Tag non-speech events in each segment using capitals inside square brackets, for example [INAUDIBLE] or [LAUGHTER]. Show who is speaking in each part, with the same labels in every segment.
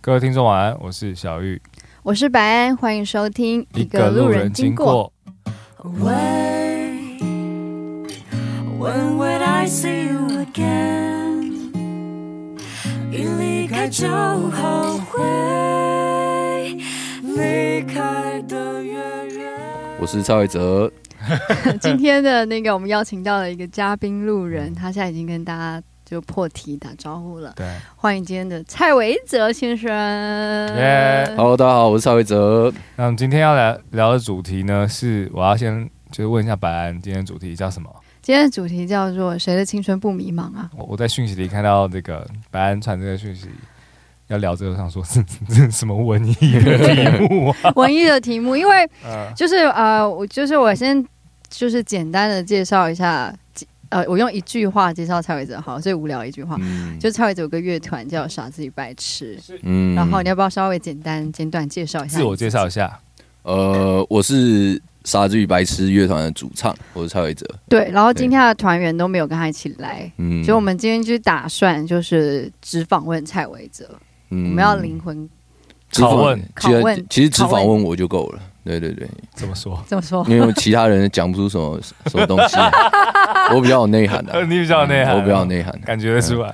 Speaker 1: 各位听众晚安，我是小玉。
Speaker 2: 我是白安，欢迎收听
Speaker 1: 过，
Speaker 3: Wait, when would I see you again？一离开就后悔，离开的越远。
Speaker 4: 我是赵伟哲，
Speaker 2: [LAUGHS]
Speaker 1: [LAUGHS]
Speaker 2: 今天的那个我们邀请到了一个嘉宾路人，
Speaker 1: 嗯
Speaker 2: 他现在已经跟大家就破题打招呼了。
Speaker 1: 对，
Speaker 2: 欢迎今天的蔡维泽先生。
Speaker 1: 耶
Speaker 4: Hello，大家好，我是赵伟哲。
Speaker 1: 那我们今天要聊聊的主题呢，是我要先就是问一下白安，今天主题叫什么？
Speaker 2: 今天的主题叫做“谁的青春不迷茫”啊？ [LAUGHS]
Speaker 1: 我我在讯息里看到这个白安传这个讯息，要聊这个，我想说这这这什么文艺 [LAUGHS] 的题目啊？
Speaker 2: 文艺的题目，
Speaker 1: [LAUGHS]
Speaker 2: 因为
Speaker 1: 嗯
Speaker 2: 就是呃，我就是我先就是简单的介绍一下，呃，我用一句话介绍蔡维泽好，最无聊一句话，
Speaker 4: 嗯
Speaker 2: 就蔡维泽有个乐团叫“傻子与白痴”，
Speaker 4: 嗯
Speaker 2: 然后你要不要稍微简单简短介绍一下？
Speaker 1: 自我介绍一。下，
Speaker 4: 呃，我是傻子与白痴乐团的主唱，我是蔡伟哲。
Speaker 2: 对，然后今天的团员都没有跟他一起来，
Speaker 4: 嗯
Speaker 2: 所以我们今天就打算就是只访问蔡维泽，
Speaker 4: 嗯
Speaker 2: 我们要灵魂
Speaker 4: 只访
Speaker 1: 拷问
Speaker 4: 其实
Speaker 2: 拷问
Speaker 4: 其实只
Speaker 2: 拷问
Speaker 4: 访问我就够了。对对对，
Speaker 1: 怎么说？
Speaker 2: 这么
Speaker 4: [LAUGHS]
Speaker 2: 说。
Speaker 4: 因为其他人讲不出什么什么东
Speaker 2: [LAUGHS]
Speaker 4: 西，我比较有内涵的、
Speaker 1: [LAUGHS]
Speaker 4: 啊
Speaker 1: 你比较有内涵啊
Speaker 4: 我比较有内涵。啊
Speaker 1: 感觉得出
Speaker 2: [LAUGHS]
Speaker 1: 来，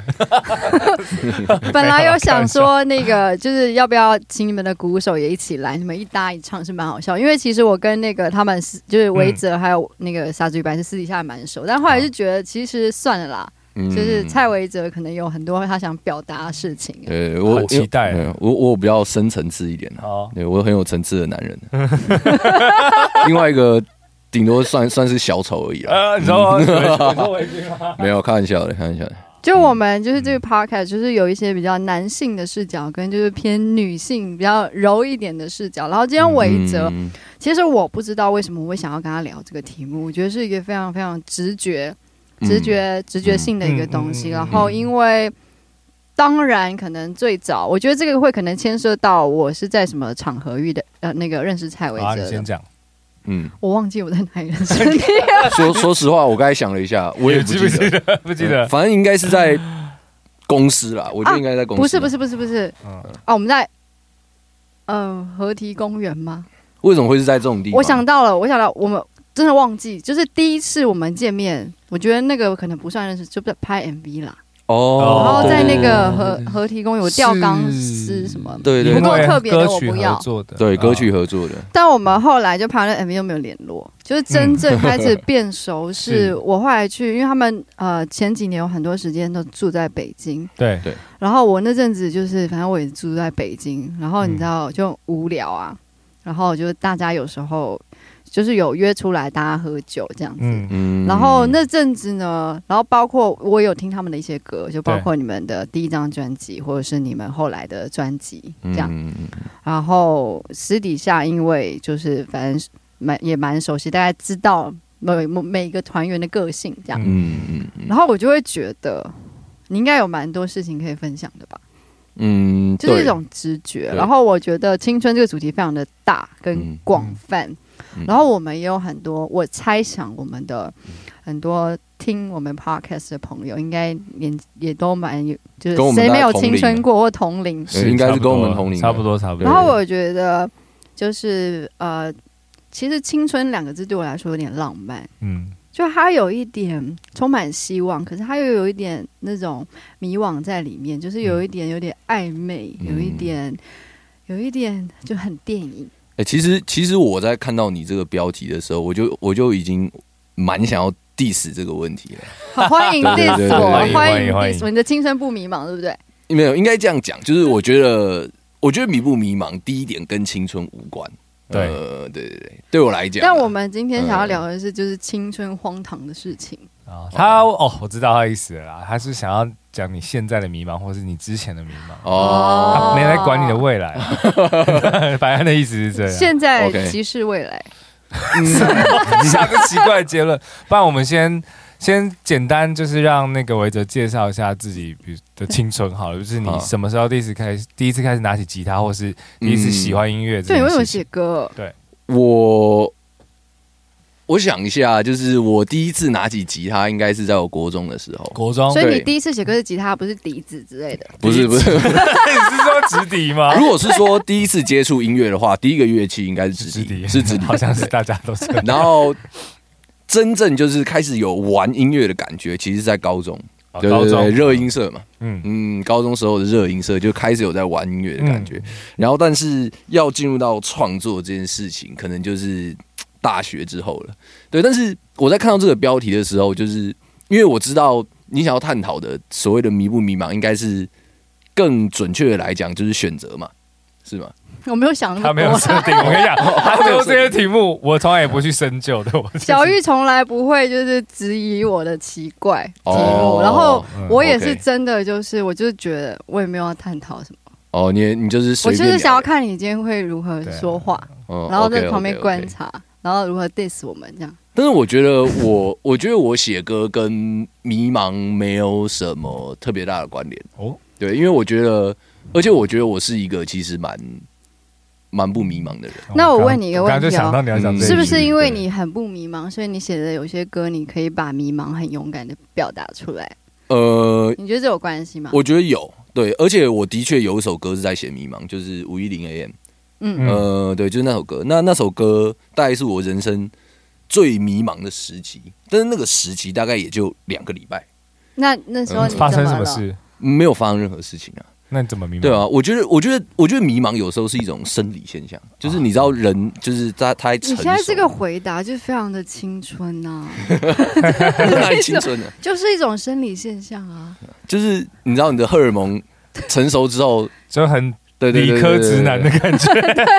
Speaker 2: 本来有想说那
Speaker 4: [LAUGHS]
Speaker 2: 个就是要不要请你们的鼓手也一起来，你们一搭一唱是蛮好笑。因为其实我跟那个他们是就是
Speaker 4: 嗯
Speaker 2: 维泽还有那个傻子与白痴私底下蛮熟，但后来就觉得其实算了啦，
Speaker 4: 嗯
Speaker 2: 就是蔡维泽可能有很多他想表达的事情。
Speaker 4: 对我
Speaker 1: 很期待啊
Speaker 4: 嗯我我比较深层次一点啊，
Speaker 1: 好，
Speaker 4: 对我很有层次的男人。啊
Speaker 1: [LAUGHS]
Speaker 4: 另外一个顶多算算是小丑而已啊，
Speaker 1: 呃，你知
Speaker 2: [LAUGHS]
Speaker 1: 道吗？你说我已经吗？
Speaker 4: 没有开玩笑的，开玩笑的。
Speaker 2: 就我们就是
Speaker 1: 嗯
Speaker 2: 这个 podcast，就是有一些比较男性的视角，跟就是偏女性比较柔一点的视角。然后今天韦泽，
Speaker 4: 嗯
Speaker 2: 其实我不知道为什么我会想要跟他聊这个题目，我觉得是一个非常非常直觉、
Speaker 4: 嗯
Speaker 2: 直觉、直觉性的一个东
Speaker 1: 嗯
Speaker 2: 西。
Speaker 1: 嗯嗯嗯
Speaker 2: 然后因为。当然，可能最早，我觉得这个会可能牵涉到我是在什么场合遇的，呃，那个认识蔡维
Speaker 1: 好，
Speaker 2: 泽
Speaker 1: 啊你先
Speaker 2: 的，
Speaker 1: 讲，
Speaker 4: 嗯，
Speaker 2: 我忘记我在哪里认
Speaker 1: [LAUGHS]
Speaker 2: 识你。
Speaker 4: 说说实话，我刚才想了一下，我也不
Speaker 1: 记不
Speaker 4: 记得，
Speaker 1: 记得？ [LAUGHS] 不记得
Speaker 4: 嗯，反正应该是在公司啦，我觉得应该在公司、
Speaker 2: 啊不是不，是不是不是，
Speaker 1: 嗯
Speaker 2: 啊，我们在，呃，河堤公园吗？
Speaker 4: 为什么会是在这种地方？
Speaker 2: 我想到了，我想到我们真的忘记，就是第一次我们见面，我觉得那个可能不算认识，就不拍 MV 啦。
Speaker 1: 哦
Speaker 2: 然后在那个
Speaker 4: 对
Speaker 2: 河河堤公园，有吊钢丝什么，
Speaker 4: 对对
Speaker 2: 不
Speaker 4: 对
Speaker 2: 够
Speaker 1: 因为
Speaker 2: 特别的
Speaker 1: 歌
Speaker 2: 我
Speaker 1: 曲
Speaker 2: 不
Speaker 1: 合
Speaker 2: 要。
Speaker 1: 作的，
Speaker 4: 对歌
Speaker 1: 啊
Speaker 4: 曲合作的，
Speaker 2: 但我们后来就拍了 MV 又没有联络，就是真正开始变熟
Speaker 4: [LAUGHS]
Speaker 2: 是，
Speaker 1: 是
Speaker 2: 我后来去，因为他们呃前几年有很多时间都住在北京，
Speaker 1: 对
Speaker 2: 然后我那阵子就是，反正我也住在北京，然后你知
Speaker 4: 嗯
Speaker 2: 道就无聊啊，然后就大家有时候就是有约出来大家喝酒这样子。
Speaker 1: 嗯，
Speaker 4: 嗯
Speaker 2: 然后那阵子呢，然后包括我有听他们的一些歌，就包括你们的第一张专辑，或者是你们后来的专辑这样。
Speaker 4: 嗯嗯嗯
Speaker 2: 然后私底下因为就是反正蛮也蛮熟悉，大概知道每每每一个团员的个性这样。
Speaker 4: 嗯嗯嗯
Speaker 2: 然后我就会觉得你应该有蛮多事情可以分享的吧。
Speaker 4: 嗯，
Speaker 2: 就是一
Speaker 4: 对
Speaker 2: 种直觉。
Speaker 4: 对
Speaker 2: 然后我觉得青春这个主题非常的大跟
Speaker 4: 嗯
Speaker 2: 广泛，
Speaker 4: 嗯
Speaker 2: 然后我们也有很多，我猜想我们的很多听我们 podcast 的朋友，应该年也都蛮有，就是
Speaker 4: 跟我们
Speaker 2: 谁
Speaker 4: 大
Speaker 2: 没
Speaker 4: 概
Speaker 2: 有
Speaker 4: 同
Speaker 2: 青
Speaker 4: 龄
Speaker 2: 春
Speaker 4: 的
Speaker 2: 过或同龄。
Speaker 4: 对嗯应该是跟我们同龄的
Speaker 1: 差不多差不多。
Speaker 2: 然后我觉得就是呃，其实青春两个字对我来说有点浪漫。
Speaker 1: 嗯，
Speaker 2: 就它有一点充满希望，可是它又有一点那种迷惘在里面，就是有一点有点暧昧，
Speaker 4: 嗯
Speaker 2: 有一点有一点就很
Speaker 1: [LAUGHS]
Speaker 2: 电影。
Speaker 4: 哎、其实其实我在看到你这个标题的时候，我就我就已经蛮想要 diss 这个问题了。
Speaker 2: 好，欢迎
Speaker 4: 对
Speaker 2: diss
Speaker 4: 对对对
Speaker 2: 我，
Speaker 1: 欢迎欢迎欢
Speaker 2: diss
Speaker 1: 迎
Speaker 2: 我，你的青春不迷茫，对不对？
Speaker 4: 没有，应该这样讲，就是
Speaker 2: 嗯
Speaker 4: 我觉得，我觉得迷不迷茫，第一点跟青春无关。
Speaker 1: 对
Speaker 4: 呃，对对对，对我来讲啊，
Speaker 2: 但我们今天想要聊的是，就是青春荒唐的事情。
Speaker 1: 啊，他哦，我知道他意思了啦，他是想要讲你现在的迷茫，或是你之前的迷茫，
Speaker 4: 哦，
Speaker 1: 他没来管你的未
Speaker 4: [LAUGHS]
Speaker 1: 来。白安的意思是这样，
Speaker 2: 现在
Speaker 4: OK
Speaker 2: 即是未来，
Speaker 1: 下个奇怪的结论。不然我们先先简单就是让那个维哲介绍一下自己，比如的青春好了，就是你
Speaker 4: 好
Speaker 1: 什么时候第一次开始第一次开始拿起吉他，或
Speaker 4: 嗯
Speaker 1: 是第一次喜欢音乐这
Speaker 2: 对，
Speaker 1: 件
Speaker 2: 为什么
Speaker 1: 事情？
Speaker 2: 写歌？
Speaker 4: 我我想一下，就是我第一次拿起吉他，应该是在我国中的时候。
Speaker 1: 国中
Speaker 2: 所以你
Speaker 4: 对
Speaker 2: 第一次写歌是吉他，不是笛子之类的。
Speaker 4: 不是不是，
Speaker 1: 你是说直笛吗？
Speaker 4: 如果是说第一次接触音乐的话，第一个乐器应该是
Speaker 1: [LAUGHS] 是
Speaker 4: 直
Speaker 1: 直笛，
Speaker 4: 笛，是直笛，
Speaker 1: 好像是大家都是。
Speaker 4: [LAUGHS] 然后真正就是开始有玩音乐的感觉，其实在高中，
Speaker 1: 哦
Speaker 4: 对
Speaker 1: 高
Speaker 4: 对
Speaker 1: 中
Speaker 4: 对，热音社嘛，
Speaker 1: 嗯，
Speaker 4: 嗯，高中时候的热音社就开始有在玩音乐的感觉。然后，但是要进入到创作这件事情，可能就是嘖大学之后了。对，但是我在看到这个标题的时候，就是因为我知道你想要探讨的所谓的迷不迷茫，应该是更准确的来讲，就是选择嘛，是吗？
Speaker 2: 我没有想那
Speaker 1: [LAUGHS] 他没有
Speaker 2: 么多。
Speaker 1: 设定，我
Speaker 2: [LAUGHS]
Speaker 1: 跟你讲，
Speaker 2: 哦
Speaker 1: 他丢这些题目，我从来也不去深究的。
Speaker 4: [LAUGHS]
Speaker 1: 我
Speaker 2: 小玉从来不会就是质疑我的奇怪题目，
Speaker 4: 哦
Speaker 2: 然后
Speaker 1: 嗯
Speaker 2: 我也是
Speaker 4: OK
Speaker 2: 真的就是我就是觉得我也没有要探讨什么，
Speaker 4: 哦，你你就是
Speaker 2: 我
Speaker 4: 随
Speaker 2: 就
Speaker 4: 便
Speaker 2: 是想要
Speaker 4: 聊的，
Speaker 2: 看你今天会如何说话，
Speaker 4: 嗯
Speaker 2: 然后
Speaker 4: OK，
Speaker 2: 在旁边
Speaker 4: OK，OK
Speaker 2: 观察然后如何 diss 我们这样。
Speaker 4: 但是我觉得我，我觉得我写歌跟迷茫没有什么特别大的关联。
Speaker 1: 哦
Speaker 4: 哦，对，因为我觉得，而且我觉得我是一个其实蛮蛮不迷茫的人。
Speaker 2: 那我问你一个问题哦
Speaker 1: 刚刚就想到你要讲这一句，
Speaker 4: 对
Speaker 2: 是不是因为
Speaker 1: 对
Speaker 2: 你很不迷茫，所以你写的有些歌，你可以把迷茫很勇敢的表达出来？
Speaker 4: 呃，
Speaker 2: 你觉得这有关系吗？
Speaker 4: 我觉得有对，而且我的确有一首歌是在写迷茫，就是五一零 AM。
Speaker 2: 嗯
Speaker 1: 嗯
Speaker 4: 呃，对，就是那首歌。那那首歌大概是我人生最迷茫的时期，但是那个时期大概也就两个礼拜，
Speaker 2: 那那时候你
Speaker 4: 嗯
Speaker 1: 发生
Speaker 2: 怎
Speaker 1: 什么
Speaker 2: 了？
Speaker 1: 事？
Speaker 4: 没有发生任何事情啊。
Speaker 1: 那你怎么明白？
Speaker 4: 对啊，我觉得，我觉得，我觉得迷茫有时候是一种生理现象，就是你知道人，就是他他
Speaker 2: 你
Speaker 4: 成
Speaker 2: 现在这个
Speaker 4: 熟
Speaker 2: 回答就非常的青春
Speaker 4: [LAUGHS]
Speaker 2: 呐、
Speaker 4: 哪里青春了，
Speaker 2: 就是一种生理现象啊。
Speaker 4: 就是你知道你的荷尔蒙成熟之后，
Speaker 1: 就很
Speaker 4: 对对对
Speaker 1: 理科直男
Speaker 4: [LAUGHS]
Speaker 1: 的，感觉。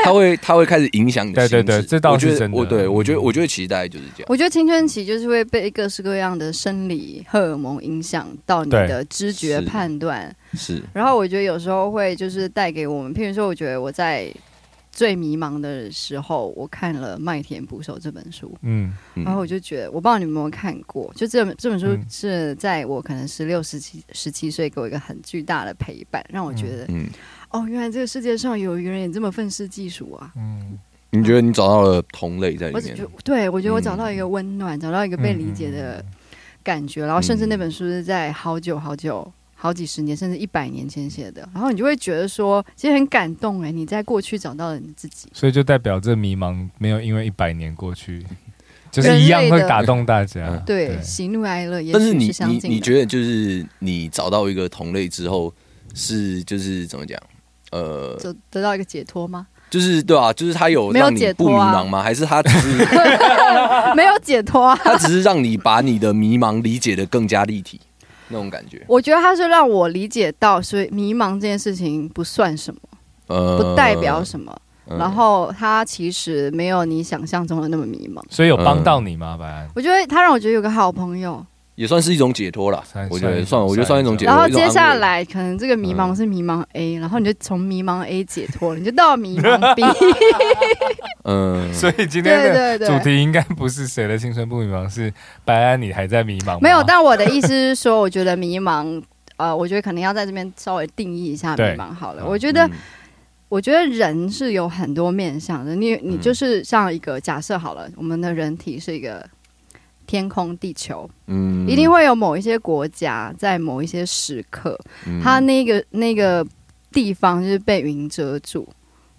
Speaker 4: 他会他会开始影响你的
Speaker 1: 对
Speaker 4: 心
Speaker 1: 对
Speaker 4: 智。
Speaker 1: 对这倒
Speaker 4: 我
Speaker 1: 是
Speaker 4: 觉得
Speaker 1: 真的
Speaker 4: 我对我觉得
Speaker 1: 嗯
Speaker 4: 我觉得其实大概就是这样。
Speaker 2: 我觉得青春期就是会被各式各样的生理荷尔蒙影响到你
Speaker 1: 对
Speaker 2: 的知觉
Speaker 4: 是
Speaker 2: 判断，
Speaker 4: 是
Speaker 2: 然后我觉得有时候会就是带给我们，譬如说，我觉得我在最迷茫的时候，我看了《麦田捕手》这本书，
Speaker 1: 嗯，
Speaker 4: 嗯
Speaker 2: 哦然后我就觉得，我不知道你们有没有看过，就这本这本书
Speaker 1: 嗯
Speaker 2: 是在我可能十六、十七、十七岁给我一个很巨大的陪伴，让我觉得，
Speaker 4: 嗯，
Speaker 2: 哦，原来这个世界上有一个人也这么愤世嫉俗啊！
Speaker 1: 嗯
Speaker 4: 你觉得你找到了同类在里
Speaker 2: 我只觉
Speaker 4: 面
Speaker 2: 得，对我觉得我
Speaker 4: 嗯
Speaker 2: 找到一个温暖，找到一个被理解的感觉，然后甚至
Speaker 4: 嗯
Speaker 2: 那本书是在好久好久。好几十年，甚至一百年前写的，然后你就会觉得说，其实很感动哎、你在过去找到了你自己。
Speaker 1: 所以就代表这迷茫没有因为一百年过
Speaker 2: [LAUGHS]
Speaker 1: 去，就是
Speaker 2: 人类
Speaker 1: 一样会
Speaker 2: 的
Speaker 1: 打动大家。
Speaker 4: 嗯
Speaker 2: 对，
Speaker 1: 对
Speaker 2: 喜怒哀乐也
Speaker 4: 但是
Speaker 2: 许
Speaker 4: 你
Speaker 2: 相
Speaker 4: 你
Speaker 2: 近的。
Speaker 4: 你觉得就是你找到一个同类之后，是就是怎么讲？呃，
Speaker 2: 得得到一个解脱
Speaker 4: [LAUGHS]
Speaker 2: 吗？
Speaker 4: 就是对啊，就是他有
Speaker 2: 没有
Speaker 4: 让你
Speaker 2: 解
Speaker 4: 不
Speaker 2: 脱
Speaker 4: 迷
Speaker 2: 啊 [LAUGHS]
Speaker 4: 茫吗？还是他只是？
Speaker 2: 没有解脱啊！
Speaker 4: 它只是让你把你的迷茫理解的更加立体，那种感觉。
Speaker 2: 我觉得他是让我理解到，所以迷茫这件事情不算什么，
Speaker 4: 呃
Speaker 2: 不代表什么。
Speaker 4: 嗯
Speaker 2: 然后他其实没有你想象中的那么迷茫。
Speaker 1: 所以有帮到你吗，白安？
Speaker 4: 嗯
Speaker 2: 我觉得他让我觉得有个好朋友，
Speaker 4: 也算是一种解脱啦
Speaker 1: 算。
Speaker 4: 我觉得
Speaker 1: 算
Speaker 4: 算，我觉得算一种解脱。
Speaker 2: 然后
Speaker 4: 一种安
Speaker 2: 接
Speaker 4: 慰
Speaker 2: 下，来可能这个迷茫是迷茫
Speaker 1: 嗯
Speaker 2: A，、然后你就从迷茫 A 解脱了，你就到迷
Speaker 1: [LAUGHS]
Speaker 2: 茫 B。
Speaker 4: 嗯，
Speaker 1: 所以今天的
Speaker 2: 对对
Speaker 1: 主
Speaker 2: 对，
Speaker 1: 题应该不是谁的青春不迷茫，是白安你还在迷茫吗
Speaker 2: 没有。但我的意思是说，我觉得迷茫，呃，我觉得可能要在这边稍微定义一下迷
Speaker 1: 对
Speaker 2: 茫好了。
Speaker 1: 嗯
Speaker 2: 我觉得我觉得人是有很多面向的，你你
Speaker 4: 嗯
Speaker 2: 就是像一个假设好了，我们的人体是一个天空地球，
Speaker 4: 嗯
Speaker 2: 一定会有某一些国家在某一些时刻，
Speaker 4: 嗯
Speaker 2: 它那个那个地方就是被云遮住。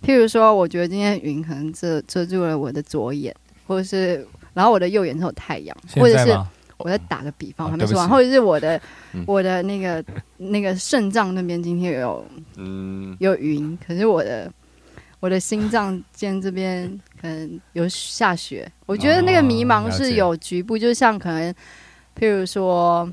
Speaker 2: 譬如说，我觉得今天云可能遮遮住了我的左眼，或者是然后我的右眼是有太阳，
Speaker 1: 现
Speaker 2: 或者
Speaker 1: 在
Speaker 2: 是
Speaker 1: 吗？
Speaker 2: 我在打个比
Speaker 1: 哦
Speaker 2: 方，我还没说完，
Speaker 1: 对不
Speaker 2: 或者是我的
Speaker 4: 嗯
Speaker 2: 我的那个那个肾脏那边今天有
Speaker 4: 嗯
Speaker 2: 有云，可是我的我的心脏尖这边可能有下雪。我觉得那个迷茫
Speaker 1: 哦
Speaker 2: 是有局部，就像可能，譬如说，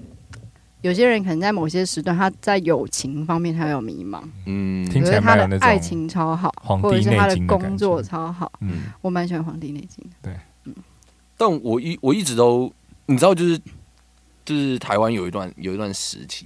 Speaker 2: 有些人可能在某些时段，他在友情方面他有迷茫，
Speaker 4: 嗯
Speaker 1: 听
Speaker 2: 可
Speaker 1: 起来
Speaker 2: 是他
Speaker 1: 蛮有
Speaker 2: 的
Speaker 1: 那种
Speaker 2: 爱情超好，
Speaker 1: 皇帝
Speaker 2: 或者是他
Speaker 1: 内
Speaker 2: 的
Speaker 1: 经的感觉
Speaker 2: 工作超好。
Speaker 1: 嗯，
Speaker 2: 我蛮喜欢《皇帝内经》的。
Speaker 4: 但我一我一直都，你知道，就是就是台湾有一段有一段时期，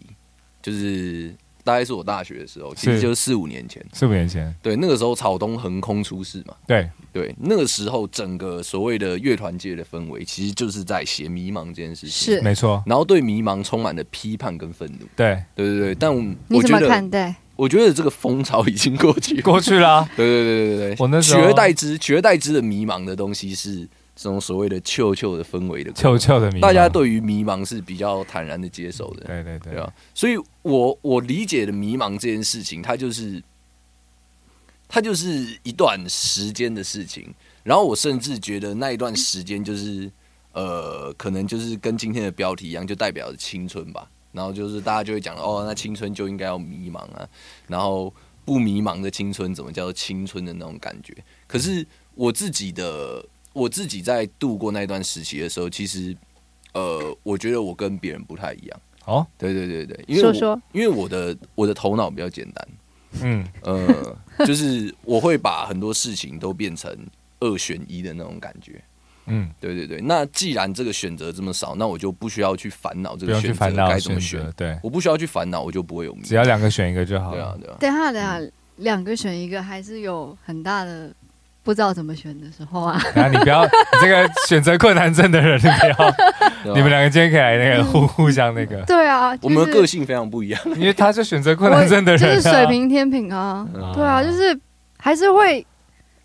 Speaker 4: 就是大概是我大学的时候，其实
Speaker 1: 是
Speaker 4: 就是四五年前，
Speaker 1: 四五年前，
Speaker 4: 对，那个时候草东横空出世嘛，
Speaker 1: 对，
Speaker 4: 对，那个时候整个所谓的乐团界的氛围，其实就是在写迷茫这件事情。
Speaker 2: 是
Speaker 1: 没错，
Speaker 4: 然后对迷茫充满了批判跟愤怒。
Speaker 1: 对，
Speaker 4: 对对对，但我
Speaker 2: 你
Speaker 4: 我
Speaker 2: 怎
Speaker 4: 觉
Speaker 2: 么
Speaker 4: 得，
Speaker 2: 看待？
Speaker 4: 我觉得这个风潮已 [LAUGHS] 经过去
Speaker 1: [LAUGHS]
Speaker 4: 了。
Speaker 1: 过去啦。
Speaker 4: 对对对对对对，
Speaker 1: 我那时候
Speaker 4: 取而代之，取而代之的迷茫的东西是这种所谓的“臭臭”的氛围的歌，
Speaker 1: 臭臭的迷茫，
Speaker 4: 大家对于迷茫是比较坦然的接受的。
Speaker 1: 对对对
Speaker 4: 对，啊，所以我我理解的迷茫这件事情，它就是它就是一段时间的事情。然后我甚至觉得那一段时间就是呃，可能就是跟今天的标题一样，就代表着青春吧。然后就是大家就会讲哦，那青春就应该要迷茫啊，然后不迷茫的青春怎么叫做青春的那种感觉？可是我自己的我自己在度过那段时期的时候，其实呃，我觉得我跟别人不太一样。
Speaker 1: 哦，
Speaker 4: 对对对对，因为
Speaker 2: 说
Speaker 4: 我
Speaker 2: 说
Speaker 4: 因为我的我的头脑比较简单，
Speaker 1: 嗯，
Speaker 2: [LAUGHS]
Speaker 4: 呃，就是我会把很多事情都变成二选一的那种感觉。
Speaker 1: 嗯，
Speaker 4: 对对对，那既然这个选择这么少，那我就不需要去烦恼这
Speaker 1: 不
Speaker 4: 个
Speaker 1: 用
Speaker 4: 选
Speaker 1: 去
Speaker 4: 择
Speaker 1: 烦恼
Speaker 4: 该怎
Speaker 1: 选
Speaker 4: 么选
Speaker 1: 择，，对，
Speaker 4: 我不需要去烦恼，我就不会有迷
Speaker 1: 只要两个选一个就好
Speaker 4: 对啊
Speaker 1: [LAUGHS] 了。
Speaker 4: 对啊，
Speaker 2: 等一下等一下，两个选一个，还是有很大的不知道怎么选的时候啊。
Speaker 1: 然后你不要，你这个选择困难症的人，你不要，
Speaker 4: [LAUGHS] 对啊
Speaker 1: 你们两个今天可以来那个互互相那个，
Speaker 2: [LAUGHS] 对啊，
Speaker 4: 我们的个
Speaker 2: 性
Speaker 4: 性非常不一样。
Speaker 1: 因为他是选择困难症的
Speaker 2: 就
Speaker 1: 人啊，
Speaker 2: 是水平天平啊。
Speaker 1: 嗯
Speaker 2: 对啊，就是还是会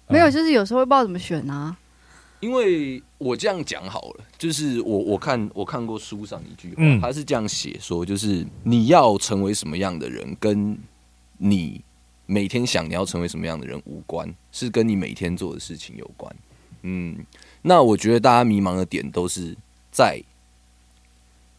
Speaker 2: 没有，就是有时候会不知道怎么选啊。
Speaker 4: 因为我这样讲好了，就是我我看我看过书上一句话，
Speaker 1: 嗯
Speaker 4: 他是这样写说，就是你要成为什么样的人，跟你每天想你要成为什么样的人无关，是跟你每天做的事情有关。嗯，那我觉得大家迷茫的点都是在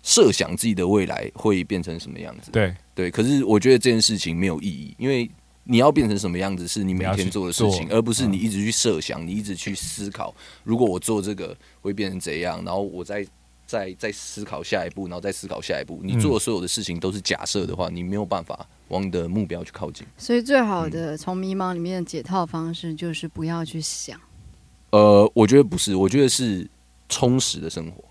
Speaker 4: 设想自己的未来会变成什么样子。
Speaker 1: 对，
Speaker 4: 对，可是我觉得这件事情没有意义，因为你要变成什么样子是你每天做的事
Speaker 1: 你要去
Speaker 4: 情，
Speaker 1: 做嗯
Speaker 4: 而不是你一直去设想，你一直去思考，如果我做这个会变成怎样，然后我再再再思考下一步，然后再思考下一步。你
Speaker 1: 嗯
Speaker 4: 做的所有的事情都是假设的话，你没有办法往你的目标去靠近。
Speaker 2: 所以最好
Speaker 1: 嗯
Speaker 2: 的从迷茫里面的解套方式就是不要去想，
Speaker 4: 呃，我觉得不是，我觉得是充实的生活。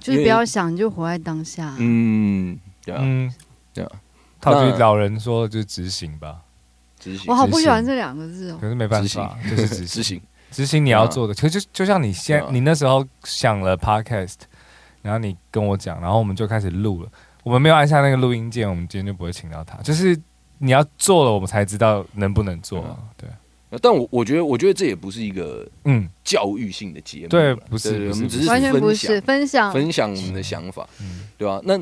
Speaker 2: 就是不要想，你就活在当下啊。
Speaker 4: 嗯，对啊，
Speaker 1: 嗯，
Speaker 4: 对啊，
Speaker 1: 套句
Speaker 4: 那
Speaker 1: 老人说就执行吧，
Speaker 4: 执行
Speaker 2: 我，好不
Speaker 1: 执
Speaker 2: 喜
Speaker 1: 行
Speaker 2: 欢这两个字哦。
Speaker 1: 可是没办
Speaker 4: 执
Speaker 1: 法，
Speaker 4: 行
Speaker 1: 就是执
Speaker 4: [LAUGHS] 执
Speaker 1: 行。
Speaker 4: 行，
Speaker 1: 执行你
Speaker 4: 嗯
Speaker 1: 要做的，可是就就像你先，
Speaker 4: 对啊
Speaker 1: 你那时候想了 podcast，然后你跟我讲，然后我们就开始录了。我们没有按下那个录音键，我们今天就不会请到他。就是你要做了，我们才知道能不能做
Speaker 4: 嗯
Speaker 1: 啊。对，
Speaker 4: 但我我觉得，我觉得这也不是一个
Speaker 1: 嗯，
Speaker 4: 教育性的节目啦，
Speaker 1: 对不是
Speaker 4: 对对
Speaker 1: 不
Speaker 4: 我
Speaker 1: 是
Speaker 4: 们只是
Speaker 2: 完全不是
Speaker 4: 分享
Speaker 2: 分享，
Speaker 4: 分享我们的想法，
Speaker 1: 嗯
Speaker 4: 对吧、那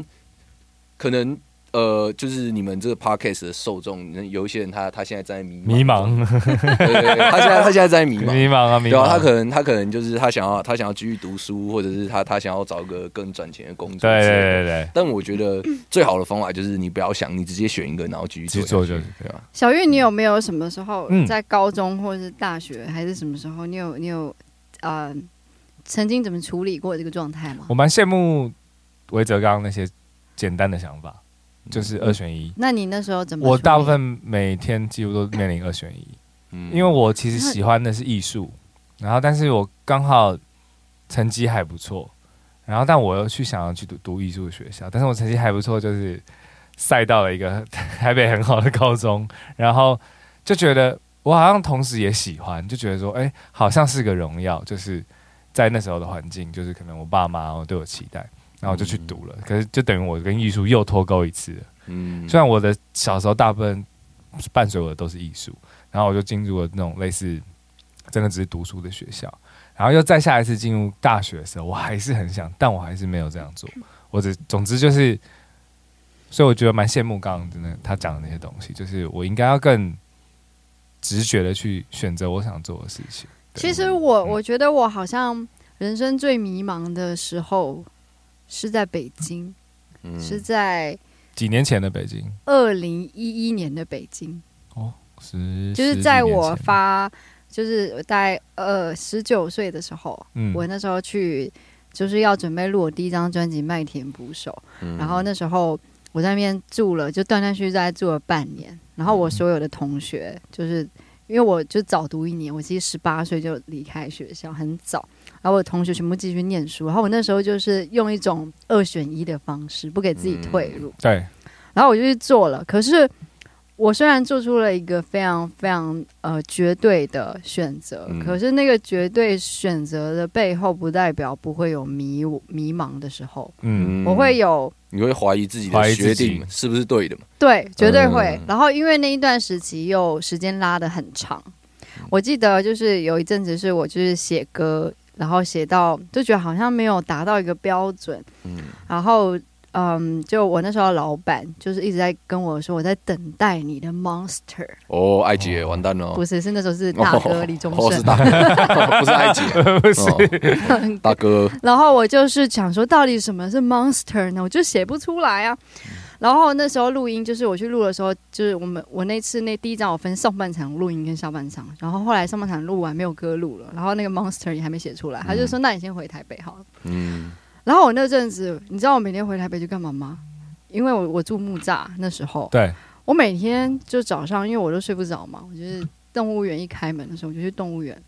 Speaker 4: 可能呃，就是你们这个 podcast 的受众，有一些人他他现在在迷
Speaker 1: 迷
Speaker 4: 茫，
Speaker 1: 茫，
Speaker 4: 对对对他现在他现在在迷茫。
Speaker 1: [LAUGHS] 迷茫啊，迷
Speaker 4: 对啊，
Speaker 1: 茫。
Speaker 4: 他可能他可能就是他想要他想要继续读书，或者是他他想要找个更赚钱的工作。
Speaker 1: 对对对对对，
Speaker 4: 但我觉得最好的方法就是你不要想，你直接选一个，然后继续
Speaker 1: 去做
Speaker 4: 做下
Speaker 1: 就
Speaker 4: 去
Speaker 1: 是
Speaker 4: 对啊吧？
Speaker 2: 小玉，你有没有什么时候
Speaker 1: 嗯
Speaker 2: 在高中或者是大学还是什么时候，你有你有呃曾经怎么处理过这个状态吗
Speaker 1: 我？蛮羡慕韦哲刚刚那些简单的想法，就是二选
Speaker 4: 嗯
Speaker 1: 一。
Speaker 2: 那你那时候怎么处理？
Speaker 1: 我大部分每天几乎都面临二选一。
Speaker 4: 嗯
Speaker 1: 因为我其实喜欢的是艺术，然后但是我刚好成绩还不错，然后但我又去想要去读读艺术学校，但是我成绩还不错，就是赛到了一个 [LAUGHS] 台北很好的高中，然后就觉得我好像同时也喜欢，就觉得说，哎、好像是个荣耀，就是在那时候的环境，就是可能我爸妈哦对我期待，然后我就去读了，可是就等于我跟艺术又脱钩一次了。
Speaker 4: 嗯
Speaker 1: 虽然我的小时候大部分伴随我的都是艺术，然后我就进入了那种类似真的只是读书的学校，然后又再下一次进入大学的时候，我还是很想，但我还是没有这样做。我只总之就是，所以我觉得蛮羡慕刚刚真的他讲的那些东西，就是我应该要更直觉的去选择我想做的事情。对
Speaker 2: 其实我我觉得我好像人生最迷茫的时候是在北京，
Speaker 4: 嗯
Speaker 2: 是在
Speaker 1: 几年前的北京，
Speaker 2: 二零一一年的北京。
Speaker 1: 十
Speaker 2: 就是
Speaker 1: 十几
Speaker 2: 在
Speaker 1: 年
Speaker 2: 我
Speaker 1: 前
Speaker 2: 发，就是我在呃十九岁的时候，
Speaker 1: 嗯
Speaker 2: 我那时候去就是要准备录我第一张专辑《麦田捕手》，
Speaker 4: 嗯
Speaker 2: 然后那时候我在那边住了，就断断续续在住了半年，然后我所有的同学就是。因为我就早读一年，我其实十八岁就离开学校，很早。然后我的同学全部继续念书，然后我那时候就是用一种二选一的方式，不给自己退路。
Speaker 1: 对，
Speaker 2: 然后我就去做了。可是我虽然做出了一个非常非常呃绝对的选择，
Speaker 4: 嗯
Speaker 2: 可是那个绝对选择的背后，不代表不会有迷迷茫的时候，
Speaker 1: 嗯，
Speaker 2: 我会有
Speaker 4: 你会怀疑自己
Speaker 1: 怀疑
Speaker 4: 的
Speaker 1: 自
Speaker 4: 决
Speaker 1: 己
Speaker 4: 定是不是对的嘛？
Speaker 2: 对，绝对会。
Speaker 4: 嗯
Speaker 2: 然后因为那一段时期
Speaker 4: 嗯
Speaker 2: 又时间拉得很长，我记得就是有一阵子是我就是写歌，然后写到就觉得好像没有达到一个标准，
Speaker 4: 嗯
Speaker 2: 然后嗯，就我那时候的老板就是一直在跟我说我在等待你的 monster，、
Speaker 4: 哦，艾姐完蛋了
Speaker 2: 不，是是那时候是大哥李宗
Speaker 4: 哦哦是
Speaker 2: 盛，
Speaker 4: 大
Speaker 1: [LAUGHS]
Speaker 4: 哥，不是艾姐，不是大哥，
Speaker 2: 然后我就是想说，到底什么是 monster 呢？我就写不出来啊。
Speaker 4: 嗯
Speaker 2: 然后那时候录音，就是我去录的时候，就是我们我那次那第一张我分上半场录音跟下半场，然后后来上半场录完没有歌录了，然后那个 monster 也还没写出来，他就说、那你先回台北好了。
Speaker 4: 嗯，
Speaker 2: 然后我那阵子，你知道我每天回台北去干嘛吗？因为我我住木栅那时候，
Speaker 1: 对，
Speaker 2: 我每天就早上，因为我都睡不着嘛，我就是动物园一开门的时候，我就去动物园，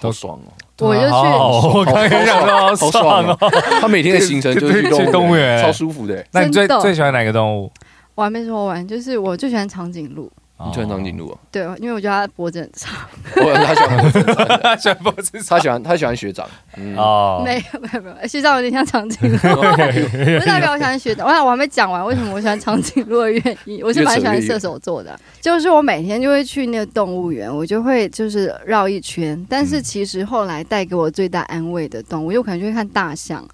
Speaker 4: 好爽哦，
Speaker 2: 我就去
Speaker 1: 好哦好我刚刚想说好 [LAUGHS]
Speaker 4: 好
Speaker 1: 爽
Speaker 4: 爽
Speaker 1: 哦。
Speaker 4: 哦，他每天的行程就是
Speaker 1: 去动物园
Speaker 4: 超舒服的，
Speaker 1: 那你最
Speaker 2: 真的
Speaker 1: 最喜欢哪个动物？
Speaker 2: 我还没说完，就是我最喜欢长颈鹿，
Speaker 1: 哦
Speaker 4: 你喜欢长颈鹿啊？
Speaker 2: 对，因为我觉得它的脖子很长。
Speaker 4: 哦他喜欢 [LAUGHS]
Speaker 1: 他喜欢脖子
Speaker 4: 他喜欢他喜欢学长，嗯，
Speaker 1: 哦，
Speaker 2: [LAUGHS] 没有没有没有，西藏有点像长颈鹿，不代表我喜欢学的。我想我还没讲完，为什么我喜欢长颈鹿的原因，我是蛮喜欢射手座的。就是我每天就会去那个动物园，我就会就是绕一圈。但是其实后来带给我最大安慰的动物，因为我可能就会看大象、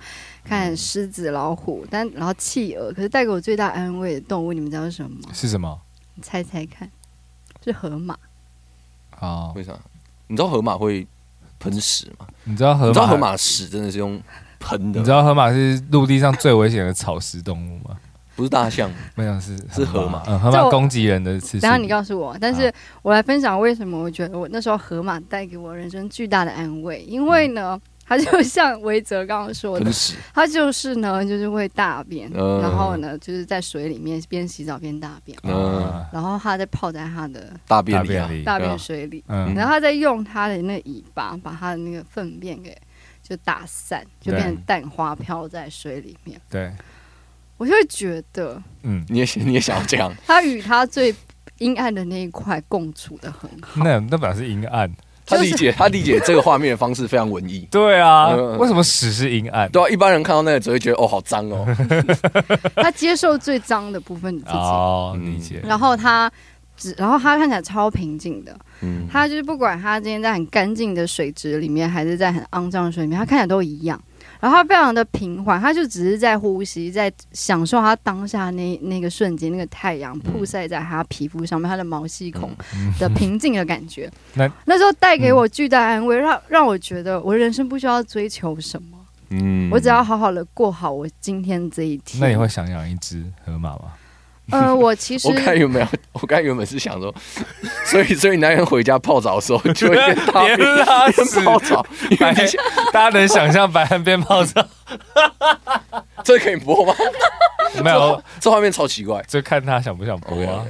Speaker 2: 看狮子、老虎，但然后企鹅。可是带给我最大安慰的动物，你们知道是什么吗？
Speaker 1: 是什么？
Speaker 2: 你猜猜看，是河马。
Speaker 1: 好，
Speaker 4: 为啥？你知道河马会喷屎吗？
Speaker 1: 你知道河
Speaker 4: 你知道
Speaker 1: 马？
Speaker 4: 河马屎真的是用喷的，
Speaker 1: 你知道河马是陆地上最危险的草食动物吗？
Speaker 4: 不是大象，
Speaker 1: 没有，是
Speaker 4: 是河马
Speaker 1: 嗯，河
Speaker 2: 这
Speaker 1: 马
Speaker 2: 我
Speaker 1: 攻击人的次数。
Speaker 2: 然后你告诉我，但是我来分享为什么我觉得我那时候河马带给我人生巨大的安慰，因为呢， [LAUGHS] 它就像维泽刚刚说的
Speaker 4: 喷，屎，
Speaker 2: 它就是呢，就是会大便，
Speaker 4: 嗯
Speaker 2: 然后呢，就是在水里面边洗澡边大便，
Speaker 4: 嗯，
Speaker 2: 然后它再泡在它的
Speaker 4: 大
Speaker 1: 大
Speaker 4: 便里啊
Speaker 1: 便，里，
Speaker 2: 大便水里，
Speaker 1: 嗯，
Speaker 2: 然后它再用它的那尾巴把它的那个粪便给就打散，就变成蛋花飘在水里面。
Speaker 1: 对，
Speaker 2: 我就会觉得，
Speaker 1: 嗯，
Speaker 4: 你也你也想要这样？
Speaker 2: 它与它最阴暗的那一块共处的很好。
Speaker 1: 那那本来是阴暗，
Speaker 4: 他理解他理解这个画面的方式非常文艺。
Speaker 1: 对啊，
Speaker 4: 嗯
Speaker 1: 为什么屎是阴暗？
Speaker 4: 对啊，一般人看到那个只会觉得哦，好脏哦，
Speaker 2: [LAUGHS] 他接受最脏的部分的自己，
Speaker 1: 哦，
Speaker 4: 嗯
Speaker 1: 理解。
Speaker 2: 然后他只，然后他看起来超平静的。
Speaker 4: 嗯，
Speaker 2: 他就是不管他今天在很干净的水质里面，还是在很肮脏的水里面，他看起来都一样。然后他非常的平缓，他就只是在呼吸，在享受他当下那那个瞬间，那个太阳曝晒在他皮肤上面，他的毛细孔的平静的感觉。
Speaker 1: 嗯 [LAUGHS] 那
Speaker 2: 那时候带给我巨大安慰，让让我觉得我人生不需要追求什么，
Speaker 4: 嗯
Speaker 2: 我只要好好的过好我今天这一天。
Speaker 1: 那你会想养一只河马
Speaker 4: [LAUGHS]
Speaker 1: 吗？
Speaker 2: 呃，我其实
Speaker 4: 我看原本要， [LAUGHS] 我看原本是想说，所以所以男人回家泡澡的时候就会边大便
Speaker 1: [LAUGHS] 别拉屎
Speaker 4: 边泡澡，因为你想
Speaker 1: [LAUGHS] 大家能想象白岸边
Speaker 4: [LAUGHS]
Speaker 1: 泡澡
Speaker 4: 这可以播吗？
Speaker 1: [LAUGHS] 没有？
Speaker 4: 这画面超奇怪。
Speaker 1: 就看他想不想播啊
Speaker 4: OK，OK。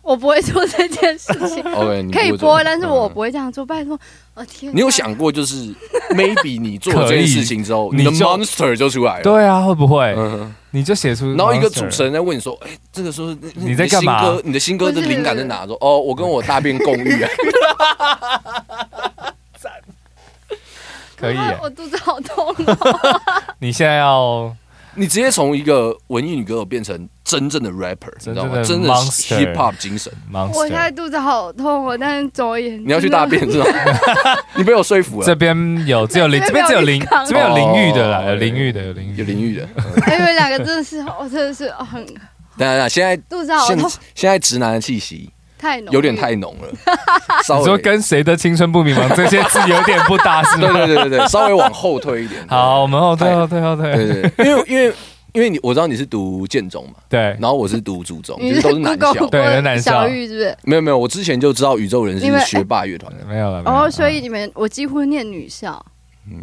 Speaker 2: 我不会做这件事情。
Speaker 4: OK，你
Speaker 2: 可以
Speaker 4: 不会
Speaker 2: 播，
Speaker 4: 做
Speaker 2: 但是我
Speaker 4: 嗯
Speaker 2: 不会这样做。拜托，我、天哪！
Speaker 4: 你有想过，就是 maybe 你做了这件事情之后，
Speaker 1: 可以
Speaker 4: 你的
Speaker 1: 你就
Speaker 4: monster 就出来了。
Speaker 1: 对啊，会不会？
Speaker 4: 嗯，
Speaker 1: 你就写出，
Speaker 4: 然后一个主持，人在问你说：“哎，这个时候
Speaker 1: 你在干嘛
Speaker 4: 你的新歌，你的新歌的灵感在哪？”说：“哦，我跟我大便共浴啊。”
Speaker 1: 可以耶。
Speaker 2: 我肚子好痛、哦。
Speaker 1: 你现在要
Speaker 4: 你直接从一个文艺女歌手变成真正的 rapper，你知道吗？真
Speaker 1: 真正
Speaker 4: 的
Speaker 1: 的 monster
Speaker 4: hip hop 精神。
Speaker 2: 我现在
Speaker 1: monster，
Speaker 2: 肚子好痛、哦，但是总而言之，
Speaker 4: 你要去大便
Speaker 1: [LAUGHS]
Speaker 4: 是吗？你被我说服
Speaker 1: 这
Speaker 4: 了。
Speaker 1: 边有只有淋，
Speaker 2: 这
Speaker 1: 这边
Speaker 2: 边
Speaker 1: 只有
Speaker 2: 没有
Speaker 1: 淋
Speaker 2: 浴缸，
Speaker 1: 这边有淋浴的啦，
Speaker 4: 哦
Speaker 1: 有淋浴的，有淋浴
Speaker 4: 有
Speaker 1: 的。
Speaker 4: 淋浴的，嗯
Speaker 2: [LAUGHS] 哎。因为两个真的是，我、真的是哦很
Speaker 4: 当然了，现在
Speaker 2: 肚子好
Speaker 4: 现
Speaker 2: 痛，
Speaker 4: 现在直男的气息
Speaker 2: 太浓，
Speaker 4: 有点太。浓
Speaker 2: [LAUGHS]
Speaker 4: 了，稍
Speaker 1: 你说
Speaker 4: 微
Speaker 1: 跟谁的青春不迷茫这些字有点不搭是
Speaker 4: [LAUGHS] 对
Speaker 1: 吗？
Speaker 4: 对对对对，稍微往后退一点。
Speaker 1: [LAUGHS] 好，我们后退
Speaker 4: 太
Speaker 1: 后退后退。
Speaker 4: 对对，对因为因为因为你我知道你是读建中嘛，
Speaker 1: 对
Speaker 4: 然后我是读祖宗，
Speaker 2: 你
Speaker 4: 就是都是男
Speaker 2: Google
Speaker 4: 校。
Speaker 1: 对都是男校
Speaker 2: 小玉是不是？
Speaker 4: 没有没有，我之前就知道宇宙人
Speaker 2: 因
Speaker 4: 是
Speaker 2: 为
Speaker 4: 学霸乐团的，
Speaker 1: 没有了。没有
Speaker 2: 哦、
Speaker 4: 嗯
Speaker 1: 了
Speaker 2: 所以你们我几乎念女校，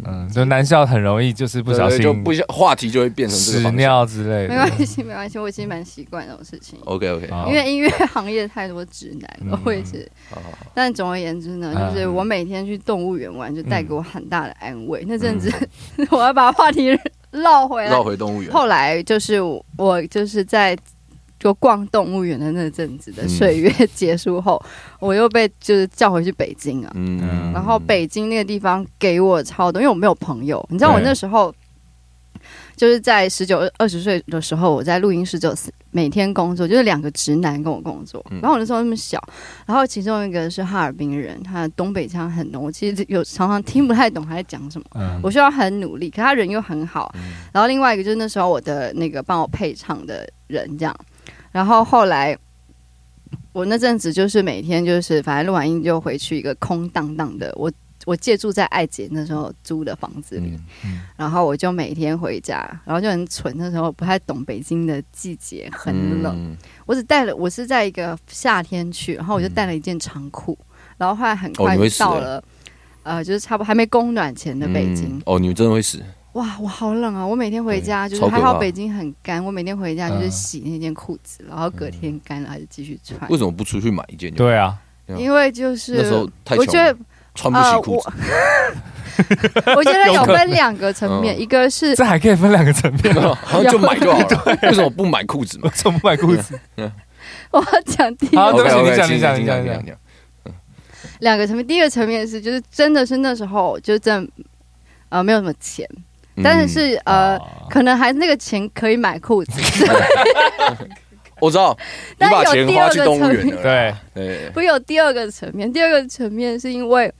Speaker 1: 嗯，就男校很容易就是不小
Speaker 4: 对对
Speaker 1: 心
Speaker 4: 就不小话题就会变成这个
Speaker 1: 屎
Speaker 4: 方向。
Speaker 1: 尿之类
Speaker 2: 没
Speaker 1: 的。哦
Speaker 2: 关系没关系，我其实蛮习惯这种事情。
Speaker 4: OK OK，
Speaker 1: 好
Speaker 2: 因为音乐行业太多直男了
Speaker 1: 嗯，
Speaker 2: 我也是。
Speaker 4: 好好好，
Speaker 2: 但总而言之呢，
Speaker 1: 嗯
Speaker 2: 就是我每天去动物园玩，就带给我很大的安慰。那阵子， [LAUGHS] 我要把话题绕回来，
Speaker 4: 绕回动物园。
Speaker 2: 后来就是我我就是在就逛动物园的那阵子的岁月结束后，我又被就是叫回去北京啊。
Speaker 4: 嗯
Speaker 2: 然后北京那个地方给我超多，因为我没有朋友，你知道
Speaker 1: 对
Speaker 2: 我那时候就是在十九、二十岁的时候，我在录音室就每天工作，就是两个直男跟我工作。
Speaker 4: 嗯
Speaker 2: 然后我那时候那么小，然后其中一个是哈尔滨人，他的东北腔很浓，我其实有常常听不太懂他在讲什么。
Speaker 1: 嗯
Speaker 2: 我需要很努力，可他人又很好。
Speaker 4: 嗯
Speaker 2: 然后另外一个就是那时候我的那个帮我配唱的人这样，然后后来我那阵子就是每天就是反正录完音就回去一个空荡荡的，我我借住在艾姐那时候租的房子里，
Speaker 4: 嗯
Speaker 2: 然后我就每天回家，然后就很蠢，那时候不太懂北京的季节，很冷，，
Speaker 4: 嗯
Speaker 2: 我只带了我是在一个夏天去，然后我就带了一件长裤，然后后来很
Speaker 4: 嗯哦
Speaker 2: 快
Speaker 4: 你会
Speaker 2: 就
Speaker 4: 死
Speaker 2: 到
Speaker 4: 欸
Speaker 2: 了。呃，就是差不多还没供暖前的北京
Speaker 4: 嗯，哦，你们真的会死，
Speaker 2: 哇，我好冷啊！我每天回家就是
Speaker 4: 超
Speaker 2: 还
Speaker 4: 可怕
Speaker 2: 好北京很干，我每天回家就是
Speaker 1: 嗯
Speaker 2: 洗那件裤子，然后隔天干了还是继续穿
Speaker 4: 嗯为。什么不出去买一件就好？
Speaker 1: 对啊，
Speaker 2: 因为就是
Speaker 4: 那时候太
Speaker 2: 我
Speaker 4: 穷
Speaker 2: 觉得
Speaker 4: 了，穿不
Speaker 2: 呃
Speaker 4: 起
Speaker 2: 我
Speaker 4: 裤子，
Speaker 2: 我觉
Speaker 4: [LAUGHS]
Speaker 2: 得有
Speaker 1: 可
Speaker 2: 分两个层面，
Speaker 4: 嗯。
Speaker 2: 一个是
Speaker 1: 这还可以分两个层面
Speaker 4: [LAUGHS] 好像就买就好了。为什么不买裤子嘛
Speaker 1: 我怎么买裤子？
Speaker 2: [LAUGHS] 我要讲第一
Speaker 1: 好对
Speaker 2: 个
Speaker 1: 不起
Speaker 4: OK，OK，
Speaker 1: 你讲
Speaker 4: 请
Speaker 1: 你讲
Speaker 4: 请
Speaker 1: 你讲
Speaker 4: 请
Speaker 1: 你
Speaker 4: 讲
Speaker 1: 讲
Speaker 4: 讲。
Speaker 2: 两个层面，第一个层面是就是真的是那时候就真的呃没有什么钱，但
Speaker 4: 嗯
Speaker 2: 是呃可能还那个钱可以买
Speaker 4: [LAUGHS]
Speaker 2: 裤子，
Speaker 4: 我知道，你
Speaker 2: 但
Speaker 4: 把
Speaker 2: 有
Speaker 4: 钱
Speaker 2: 第
Speaker 4: 花
Speaker 2: 二
Speaker 4: 去
Speaker 2: 个
Speaker 4: 动物
Speaker 2: 层
Speaker 4: 园
Speaker 2: 面 [LAUGHS]
Speaker 4: 了啦。
Speaker 1: 对，
Speaker 4: 对，
Speaker 2: 不有第二个层面，第二个层面是因为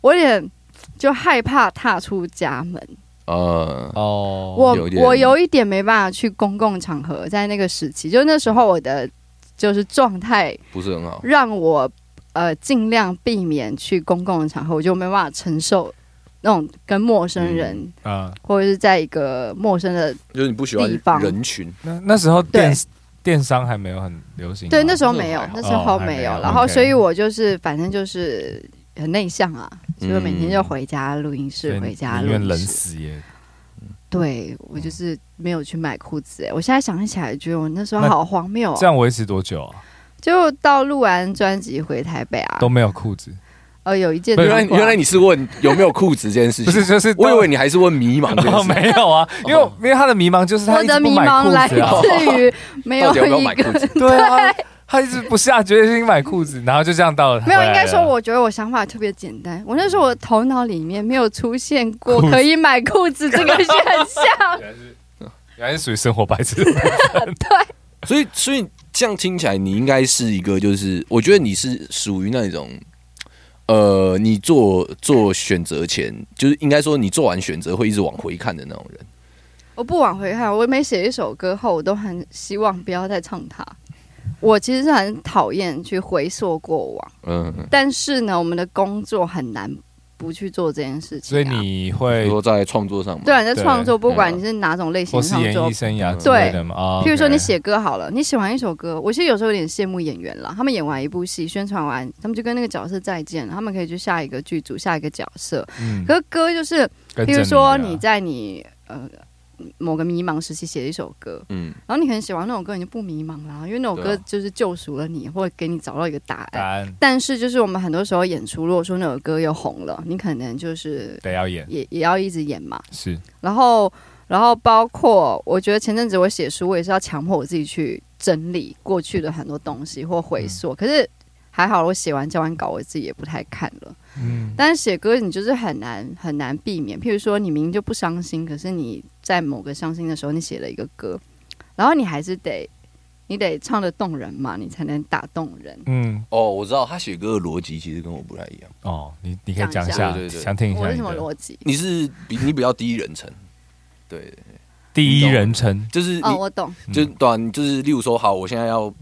Speaker 2: 我有点就害怕踏出家门。
Speaker 4: 呃，
Speaker 1: 哦，
Speaker 2: 我
Speaker 4: 有一点
Speaker 2: 我有一点没办法去公共场合，在那个时期，就那时候我的就是状态
Speaker 4: 不是很好。
Speaker 2: 让我呃尽量避免去公共场合，我就没办法承受那种跟陌生人、
Speaker 1: 嗯，
Speaker 2: 或者是在一个陌生的
Speaker 4: 就是你不喜
Speaker 2: 地方
Speaker 4: 欢人群，
Speaker 1: 那那时候电
Speaker 2: 对
Speaker 1: 电商还没有很流行吗。
Speaker 2: 对那时候
Speaker 4: 那
Speaker 2: 没有
Speaker 4: 还好，
Speaker 2: 那时候
Speaker 1: 哦还
Speaker 2: 没
Speaker 1: 没
Speaker 2: 有，
Speaker 1: 有
Speaker 2: 然后
Speaker 1: OK
Speaker 2: 所以我就是反正就是很内向啊，所以我每天就
Speaker 4: 嗯
Speaker 2: 回家录音
Speaker 1: 所
Speaker 2: 室，
Speaker 1: 以
Speaker 2: 回家
Speaker 1: 嗯宁
Speaker 2: 录
Speaker 1: 愿
Speaker 2: 音
Speaker 1: 冷
Speaker 2: 室。
Speaker 1: 死也。
Speaker 2: 对我就是没有去买裤子、欸，我现在想起来觉得我那时候
Speaker 1: 那
Speaker 2: 好荒谬哦
Speaker 1: 这。样维持多久啊？
Speaker 2: 就到录完专辑回台北啊，
Speaker 1: 都没有裤子，
Speaker 2: 呃有一件
Speaker 1: 对
Speaker 4: 原来
Speaker 2: 短裤啊
Speaker 4: 原来你是问有没有裤子这件事情，
Speaker 1: 不是就是
Speaker 4: 我以为你还是问迷茫这件
Speaker 1: 哦，
Speaker 4: 事，
Speaker 1: 没有啊，因为因为他的迷茫就是他
Speaker 2: 我
Speaker 1: 一直
Speaker 2: 的
Speaker 1: 不
Speaker 2: 迷
Speaker 1: 买
Speaker 2: 茫
Speaker 1: 裤
Speaker 2: 来
Speaker 1: 子啊，[LAUGHS]
Speaker 2: 自于没有
Speaker 4: 到底要不要
Speaker 2: 一
Speaker 4: 买裤
Speaker 2: 个
Speaker 4: 子？
Speaker 1: 对啊，他一直不下决心买裤子，然后就这样到了。
Speaker 2: [LAUGHS] 没有，
Speaker 1: 回来
Speaker 2: 应该
Speaker 1: 了
Speaker 2: 说我觉得我想法特别简单，我那时候我的头脑里面没有出现过可以买裤子这个选项，
Speaker 1: 原来是属于生活白痴，
Speaker 4: 所以所以这样听起来，你应该是一个，就是我觉得你是属于那种，呃，你做做选择前，就是应该说你做完选择会一直往回看的那种人。
Speaker 2: [LAUGHS] 我不往回看，我每写一首歌后，我都很希望不要再唱它。我其实是很讨厌去回溯过往，
Speaker 4: 嗯，
Speaker 2: 但是呢，我们的工作很难不去做这件事情、啊。
Speaker 1: 所以你
Speaker 4: 比
Speaker 1: 会
Speaker 4: 如说在创作上嘛，
Speaker 2: 对啊你在创作，
Speaker 1: 对啊
Speaker 2: 不管你是哪种类型
Speaker 1: 或
Speaker 2: 的
Speaker 1: 是
Speaker 2: 创
Speaker 1: 演
Speaker 2: 作
Speaker 1: 艺，生涯之
Speaker 2: 对
Speaker 1: 类的嘛？啊，
Speaker 2: 譬如说
Speaker 1: OK
Speaker 2: 你写歌好了，你写完一首歌，我其实有时候有点羡慕演员啦，他们演完一部戏，宣传完，他们就跟那个角色再见了，他们可以去下一个剧组、下一个角色。
Speaker 1: 嗯
Speaker 2: 可是歌就是，
Speaker 1: 跟
Speaker 2: 譬如
Speaker 1: 着
Speaker 2: 说
Speaker 1: 啊
Speaker 2: 你在你呃某个迷茫时期写了一首歌，
Speaker 4: 嗯，
Speaker 2: 然后你可能写完那首歌你就不迷茫啦，因为那首
Speaker 4: 对
Speaker 2: 歌
Speaker 4: 啊
Speaker 2: 就是救赎了你，或者给你找到一个答
Speaker 1: 答
Speaker 2: 案。
Speaker 1: 案
Speaker 2: 但是就是我们很多时候演出，如果说那首歌又红了，你可能就是
Speaker 1: 得要演
Speaker 2: 也也要一直演嘛。
Speaker 1: 是
Speaker 2: 然后，然后包括我觉得前阵子我写书，我也是要强迫我自己去整理过去的很多东西或回溯。
Speaker 4: 嗯
Speaker 2: 可是还好，我写完交完稿，我自己也不太看了。
Speaker 1: 嗯
Speaker 2: 但是写歌你就是很难很难避免，譬如说你明明就不伤心，可是你在某个伤心的时候，你写了一个歌，然后你还是得你得唱得动人嘛，你才能打动人。
Speaker 1: 嗯
Speaker 4: 哦，我知道他写歌的逻辑其实跟我不太一样，
Speaker 1: 哦，你你可以
Speaker 2: 讲
Speaker 1: 讲
Speaker 2: 一
Speaker 1: 一
Speaker 2: 下
Speaker 1: 下
Speaker 4: 对对，对
Speaker 1: 想听一
Speaker 2: 我
Speaker 1: 下
Speaker 2: 是
Speaker 1: 你
Speaker 2: 什么
Speaker 1: 的
Speaker 2: 逻辑？
Speaker 4: 你是比你比较第一人称，对，
Speaker 1: 第
Speaker 4: 你
Speaker 1: 一
Speaker 4: 懂
Speaker 1: 人称
Speaker 4: 就是你、
Speaker 2: 哦，我懂。
Speaker 4: 就是短，就是例如说，好，我现在要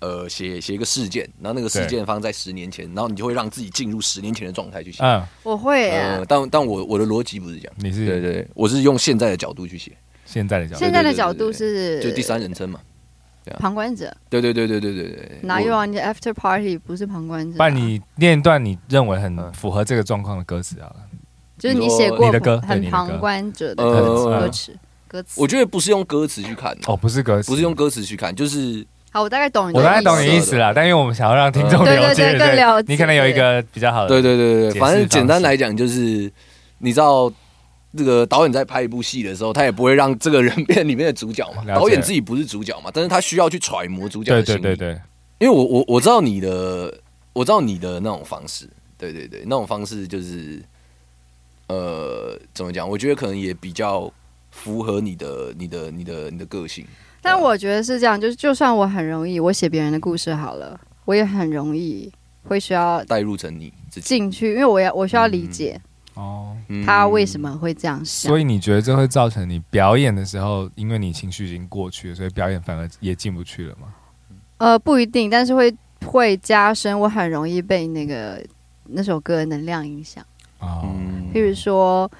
Speaker 4: 呃写写一个事件，然后那个事
Speaker 1: 对
Speaker 4: 件发生在十年前，然后你就会让自己进入十年前的状态去写。
Speaker 1: 嗯，
Speaker 2: 我会、啊
Speaker 4: 呃，但但我我的逻辑不是这样，
Speaker 1: 你
Speaker 4: 对
Speaker 1: 是
Speaker 4: 对对，我是用现在的角度去写，
Speaker 1: 现在的角度
Speaker 2: 现在的
Speaker 4: 对对对对
Speaker 2: 角度是
Speaker 4: 就第三人称嘛。
Speaker 2: 旁观者，
Speaker 4: 对对对对对对对，
Speaker 2: 哪有
Speaker 4: 我？
Speaker 2: 啊？你的 after party 不是旁观者、啊，
Speaker 1: 不然你念一段你认为
Speaker 4: 嗯
Speaker 1: 很符合这个状况的歌词好了，
Speaker 2: 就是你写过
Speaker 1: 你的歌对
Speaker 2: 很
Speaker 1: 你的歌
Speaker 2: 旁观者的
Speaker 4: 呃
Speaker 2: 歌词、歌词。
Speaker 4: 我觉得不是用歌词去看，啊
Speaker 1: 哦，不是歌词，
Speaker 4: 不是用歌词去看，就是
Speaker 2: 好，我大概懂你的
Speaker 1: 我
Speaker 2: 意思。
Speaker 1: 大概懂你的意思啦，但因为我们想要让听众
Speaker 2: 对
Speaker 1: 了
Speaker 2: 对对
Speaker 1: 解，
Speaker 2: 更了解
Speaker 1: 你可能有一个比较好的，
Speaker 4: 对对对对
Speaker 1: 呃解释
Speaker 4: 对，反正简
Speaker 1: 方
Speaker 4: 单
Speaker 1: 式
Speaker 4: 来讲就是，你知道。这个导演在拍一部戏的时候，他也不会让这个人变成里面的主角嘛。
Speaker 1: 了解
Speaker 4: 导演自己不是主角嘛，但是他需要去揣摩主角
Speaker 1: 对
Speaker 4: 的心
Speaker 1: 对
Speaker 4: 理。
Speaker 1: 对对，
Speaker 4: 因为我我我知道你的，我知道你的那种方式，对对对，那种方式就是，呃，怎么讲？我觉得可能也比较符合你的、你的、你的、你的个性。
Speaker 2: 但我觉得是这样，就是就算我很容易，我写别人的故事好了，我也很容易会需要
Speaker 4: 代入成你自己，
Speaker 2: 进去，因为我要我需要理解
Speaker 1: 哦，
Speaker 4: 嗯
Speaker 2: 他为什么会这样想
Speaker 1: 所。以你觉得这会造成你表演的时候，因为你情绪已经过去了，所以表演反而也进不去了吗？
Speaker 2: 呃，不一定，但是会会加深我很容易被那个那首歌的能量影响。
Speaker 1: 哦，
Speaker 4: 嗯
Speaker 2: 譬如说，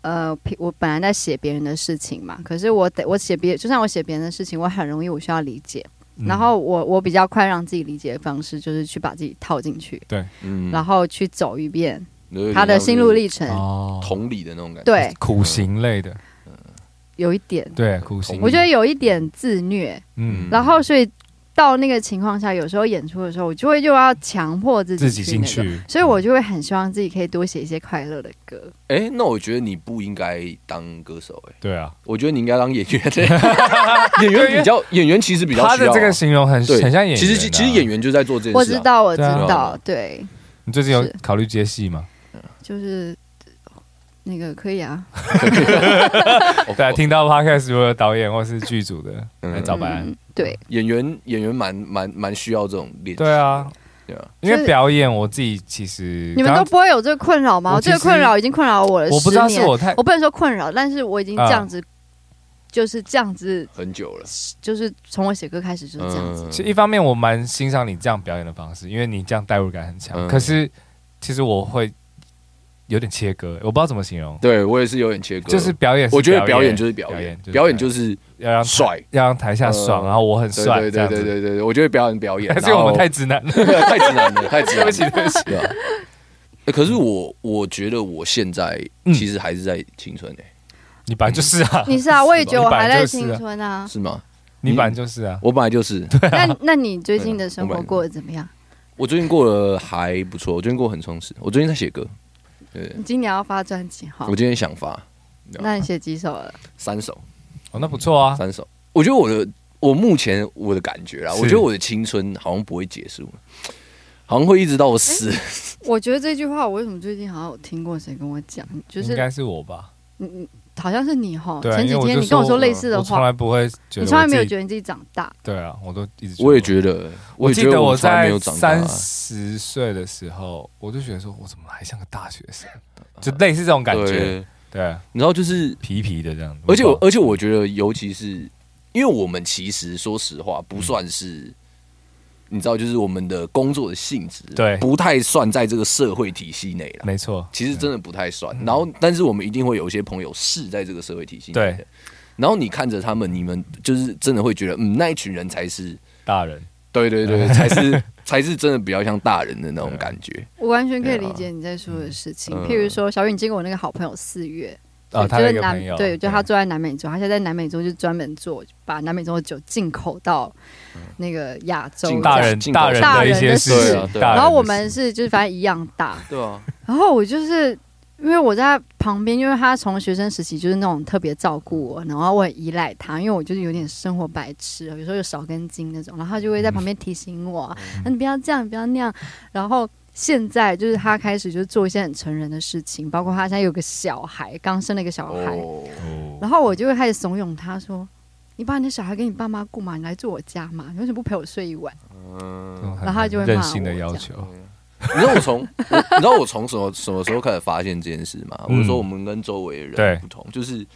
Speaker 2: 呃，譬我本来在写别人的事情嘛，可是我得我写别，就算我写别人的事情，我很容易我需要理解，
Speaker 1: 嗯
Speaker 2: 然后我我比较快让自己理解的方式就是去把自己套进去，
Speaker 4: 嗯
Speaker 2: 然后去走一遍
Speaker 4: 有点
Speaker 2: 他的
Speaker 4: 像
Speaker 2: 心
Speaker 4: 是
Speaker 2: 路历程，
Speaker 1: 哦，
Speaker 4: 同理的那种感觉。
Speaker 2: 对，
Speaker 1: 苦行类的，
Speaker 2: 有一点，
Speaker 1: 对，苦行，
Speaker 2: 我觉得有一点自虐，
Speaker 1: 嗯，
Speaker 2: 然后所以到那个情况下，有时候演出的时候，我就会又要强迫自己
Speaker 1: 自己进
Speaker 2: 那个。
Speaker 1: 去，
Speaker 2: 所以我就会很希望自己可以多写一些快乐的歌，
Speaker 4: 哎、那我觉得你不应该当歌手、哎，
Speaker 1: 对 [LAUGHS] 啊，
Speaker 4: 我觉得你应该当演
Speaker 1: [LAUGHS]
Speaker 4: 员。演员比较，演员其实比较
Speaker 1: 他
Speaker 4: 需
Speaker 1: 的
Speaker 4: 要啊、
Speaker 1: 这个形容很
Speaker 4: 对，
Speaker 1: 很像演员啊，
Speaker 4: 其实其实演员就在做这件事、啊。
Speaker 2: 我知，道，我知
Speaker 1: 对啊
Speaker 2: 道，对，
Speaker 1: 你最近有
Speaker 2: 是
Speaker 1: 考虑接戏吗？
Speaker 2: 就是呃那个可以啊，
Speaker 1: 对啊，听到 podcast 如果有导演或是剧组
Speaker 4: [LAUGHS]
Speaker 1: 的
Speaker 4: 嗯
Speaker 1: 来找白安，
Speaker 2: 嗯，对，
Speaker 4: 演员演员蛮蛮蛮需要这种练习。
Speaker 1: 对啊，
Speaker 4: 对啊，
Speaker 1: 因为表演我自己其实
Speaker 2: 你们
Speaker 1: 嗯
Speaker 2: 都
Speaker 1: 刚
Speaker 2: 不会有这个困扰吗？
Speaker 1: 我其
Speaker 2: 这
Speaker 1: 实
Speaker 2: 个困扰已经困扰我了，
Speaker 1: 我不知道
Speaker 2: 10
Speaker 1: 是
Speaker 2: 年
Speaker 1: 我太
Speaker 2: 我不能说困扰，但是我已经
Speaker 1: 啊
Speaker 2: 这样子，就是这样子，
Speaker 4: 很久了，嗯
Speaker 2: 就是从我写歌开始就是这样子，
Speaker 1: 其实一方面我蛮欣赏你这样表演的方式，因为你这样代入感很
Speaker 4: 嗯
Speaker 1: 强。可是其实我会有点切割，我不知道怎么形容，
Speaker 4: 对我也是有点切割，
Speaker 1: 就是表演是，
Speaker 4: 我觉得
Speaker 1: 表
Speaker 4: 表演就是表演
Speaker 1: 演，，
Speaker 4: 表演就是是
Speaker 1: 要让台
Speaker 4: 帅，
Speaker 1: 要让台下爽，
Speaker 4: 嗯
Speaker 1: 然后我很
Speaker 4: 对
Speaker 1: 帅，
Speaker 4: 对
Speaker 1: 这样
Speaker 4: 对
Speaker 1: 子
Speaker 4: 对对对，我觉得表演表
Speaker 1: [LAUGHS]
Speaker 4: 演，
Speaker 1: 但是我们
Speaker 4: 然后
Speaker 1: 太直男了，
Speaker 4: [LAUGHS] 太直
Speaker 1: [LAUGHS]
Speaker 4: 男了，太直
Speaker 1: 对
Speaker 4: 男了，
Speaker 1: 不起对不起
Speaker 4: 对啊。欸可是我我觉得我现在
Speaker 1: 嗯
Speaker 4: 其实还是在青春欸诶、
Speaker 1: 你本来就是
Speaker 4: [LAUGHS]
Speaker 1: 啊，
Speaker 2: 你是啊，我也觉得我还在
Speaker 1: 是吧
Speaker 2: 青春啊。
Speaker 4: 是吗？
Speaker 1: 你本来 [LAUGHS] 就是啊，
Speaker 4: 我本来就是，
Speaker 2: 那那你最近的生
Speaker 4: 我
Speaker 2: 活
Speaker 4: 本来
Speaker 2: 过得怎么样？
Speaker 4: 我最近过得还不错，我最近过得很充实。我最近在写歌，对
Speaker 2: 你，今年要发专辑哈
Speaker 4: 我？今天想发
Speaker 2: 那你写几首啊了？
Speaker 4: 三首，
Speaker 1: 哦，那不错啊，
Speaker 4: 三首。我觉得我的我目前我的感觉啦，
Speaker 1: 是
Speaker 4: 我觉得我的青春好像不会结束，好像会一直到我死。
Speaker 2: 我觉得这句话，我为什么最近好像有听过谁跟我讲？就
Speaker 1: 应
Speaker 2: 是
Speaker 1: 该是我吧，
Speaker 2: 你你好像是你哈，
Speaker 1: 对啊
Speaker 2: 哦前几
Speaker 1: 因为我
Speaker 2: 天
Speaker 1: 就
Speaker 2: 你跟我
Speaker 1: 说
Speaker 2: 说类似的
Speaker 1: 我从
Speaker 2: 话，
Speaker 1: 来不会觉得，
Speaker 2: 你从来没有觉得你自己长大。
Speaker 1: 得，对啊，我都一直
Speaker 4: [LAUGHS] 我也
Speaker 1: 得。
Speaker 4: 觉得，
Speaker 1: 我
Speaker 4: 也
Speaker 1: 记
Speaker 4: 觉得
Speaker 1: 得
Speaker 4: 我
Speaker 1: 我
Speaker 4: 从来没
Speaker 1: 在
Speaker 4: 有长大啊、
Speaker 1: 三十岁的时候，我就觉得说，我怎么还像个大学
Speaker 4: [LAUGHS]
Speaker 1: 生，就类似这种感觉，
Speaker 4: 对，
Speaker 1: 对，啊
Speaker 4: 你知道就是
Speaker 1: 皮皮的这样。哦
Speaker 4: 而且我
Speaker 1: 不知道
Speaker 4: 而且我觉得，尤其是因为我们其实说实话不算是，
Speaker 1: 嗯
Speaker 4: 你知道，就是我们的工作的性质，
Speaker 1: 对
Speaker 4: 不太算在这个社会体系内了。
Speaker 1: 没错，
Speaker 4: 其实真的不太算。
Speaker 1: 嗯
Speaker 4: 然后，但是我们一定会有一些朋友是在这个社会体系内的
Speaker 1: 对。
Speaker 4: 然后你看着他们，你们就是真的会觉得，嗯，那一群人才是，
Speaker 1: 大人，
Speaker 4: 对
Speaker 1: [LAUGHS]
Speaker 4: 对对，才是才是真的比较像大人的那种
Speaker 1: 对
Speaker 4: 感觉。
Speaker 2: 我完全可以
Speaker 4: 对啊
Speaker 2: 理解你在说的事情，
Speaker 4: 嗯
Speaker 2: 譬如说，小雨，你见过我那个好朋友四月，
Speaker 1: 哦，他
Speaker 2: 就
Speaker 1: 的
Speaker 2: 是
Speaker 1: 一个
Speaker 2: 南
Speaker 1: 朋友，嗯
Speaker 2: 对，就他住在南美洲，他现在在南美洲就专门做把南美洲的酒进口到那个亚洲
Speaker 4: 进
Speaker 2: 这
Speaker 1: 大
Speaker 2: 样。
Speaker 1: 人
Speaker 4: 进口
Speaker 1: 大人的一些
Speaker 2: 大人的
Speaker 1: 事
Speaker 2: 事
Speaker 1: 情，
Speaker 4: 对啊
Speaker 2: 然后我们是就是反正一样大，
Speaker 4: 对啊，
Speaker 2: 然后我就是因为我在他旁边，因为他从学生时期就是那种特别照顾我，然后我很依赖他，因为我就是有点生活白痴，有时候有少根筋那种，然后他就会在旁边提醒我啊，啊你不要这样，你不要那样。然后现在就是他开始就是做一些很成人的事情，包括他现在有个小孩，刚生了一个小孩，
Speaker 4: 哦，
Speaker 1: 哦，
Speaker 2: 然后我就会开始怂恿他说。你把你的小孩给你爸妈顾嘛，你来住我家嘛，你为什么不陪我睡一晚？
Speaker 4: 嗯，
Speaker 2: 然后他就会骂我
Speaker 1: 任性的要求，
Speaker 4: 你知道我从我你知道我从什么什么时候开始发现这件事吗？我
Speaker 1: 嗯
Speaker 4: 是说我们跟周围的
Speaker 1: 对
Speaker 4: 人不同，就是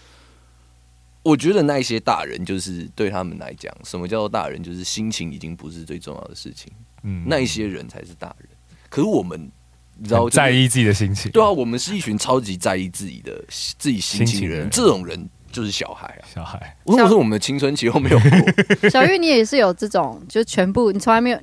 Speaker 4: 我觉得那一些大人，就是对他们来讲，什么叫做大人，就是心情已经不是最重要的事情，
Speaker 1: 嗯
Speaker 4: 那一些人才是大人。可是我们，你知道，
Speaker 1: 很在
Speaker 4: 就是
Speaker 1: 意自己的心情，
Speaker 4: 对啊，我们是一群超级在意自己的自己心情的
Speaker 1: 心情
Speaker 4: 人，
Speaker 1: 的人
Speaker 4: 这种人就是小孩啊。
Speaker 1: 小孩，
Speaker 4: 如果是我们的青春期都没有
Speaker 1: [LAUGHS]
Speaker 4: 过，
Speaker 2: 小玉，你也是有这种，就是全部你从来没有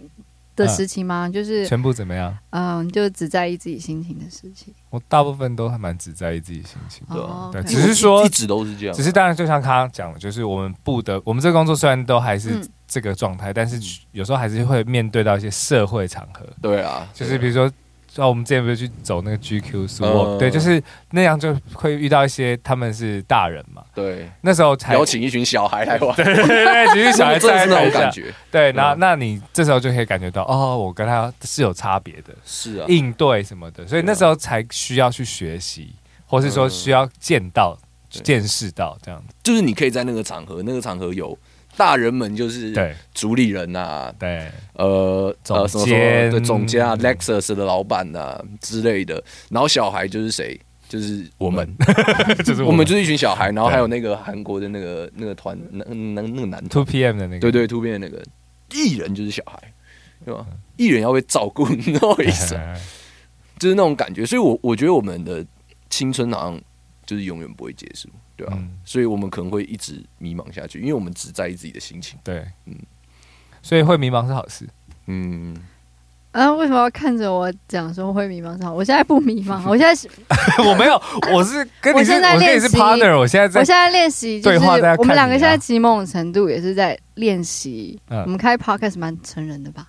Speaker 2: 的
Speaker 1: 嗯
Speaker 2: 时期吗？就是
Speaker 1: 全部怎么样？
Speaker 2: 嗯，就只在意自己心情的事情。
Speaker 1: 我大部分都还蛮只在意自己心情，
Speaker 4: 对啊
Speaker 2: 哦
Speaker 1: 对
Speaker 2: OK
Speaker 1: 只是说
Speaker 4: 一直都是这样啊，
Speaker 1: 只是当然，就像他讲的，就是我们不得，我们这个工作虽然都还是
Speaker 2: 嗯
Speaker 1: 这个状态，但是
Speaker 4: 嗯
Speaker 1: 有时候还是会面对到一些社会场合，
Speaker 4: 对啊，
Speaker 1: 就是比如说，像我们之前不是去走那个 GQ s w a l
Speaker 4: 嗯
Speaker 1: 对，就是那样就会遇到一些他们是大人嘛，
Speaker 4: 对
Speaker 1: 那时候才
Speaker 4: 邀请一群小孩来玩，
Speaker 1: 对对对，只是小孩
Speaker 4: [LAUGHS] 真的
Speaker 1: 站在
Speaker 4: 是那
Speaker 1: 台
Speaker 4: 种感
Speaker 1: 下，
Speaker 4: 觉。
Speaker 1: 对，那
Speaker 4: 嗯
Speaker 1: 那你这时候就可以感觉到，哦，我跟他是有差别的，
Speaker 4: 是啊，嗯
Speaker 1: 应对什么的，所以那时候才需要去学习，或是说需要见到见识到这样子。
Speaker 4: 就是你可以在那个场合，那个场合有大人们，就是
Speaker 1: 对
Speaker 4: 主理人呐、
Speaker 1: 对，
Speaker 4: 呃呃
Speaker 1: 总
Speaker 4: 什么什么
Speaker 1: 监
Speaker 4: 对总监啊、Lexus 的老板呐、啊之类的，然后小孩就是谁，就是我们，
Speaker 1: 就是
Speaker 4: 我
Speaker 1: 我
Speaker 4: 们
Speaker 1: 们
Speaker 4: 就是一群小孩，然后
Speaker 1: 对
Speaker 4: 还有那个韩国的那个那个团，那那那个男团，
Speaker 1: Two PM 的那个，
Speaker 4: 对对，突变的那个艺人就是小孩，对吧？艺人要被照顾，你知道我意思吗？就是那种感觉。所以我，我觉得我们的青春好像就是永远不会结束，对吧、
Speaker 1: 嗯
Speaker 4: 所以我们可能会一直迷茫下去，因为我们只在意自己的心情。
Speaker 1: [LAUGHS] 对，
Speaker 4: 嗯
Speaker 1: 所以会迷茫是好事。 [LAUGHS]
Speaker 4: 嗯，
Speaker 2: 啊，为什么要看着我讲说会迷茫上？我现在不迷
Speaker 1: [LAUGHS]
Speaker 2: 茫，我现在是
Speaker 1: 我没有，我是跟你是，
Speaker 2: 我现在
Speaker 1: 我跟你
Speaker 2: 练
Speaker 1: 是
Speaker 2: 习
Speaker 1: partner，我现在
Speaker 2: 我
Speaker 1: 在
Speaker 2: 现在练习，就是
Speaker 1: 对话大家看你啊
Speaker 2: 我们两个现在其实某种程度也是在练习。
Speaker 1: 嗯
Speaker 2: 我们开 podcast 蛮成人的吧？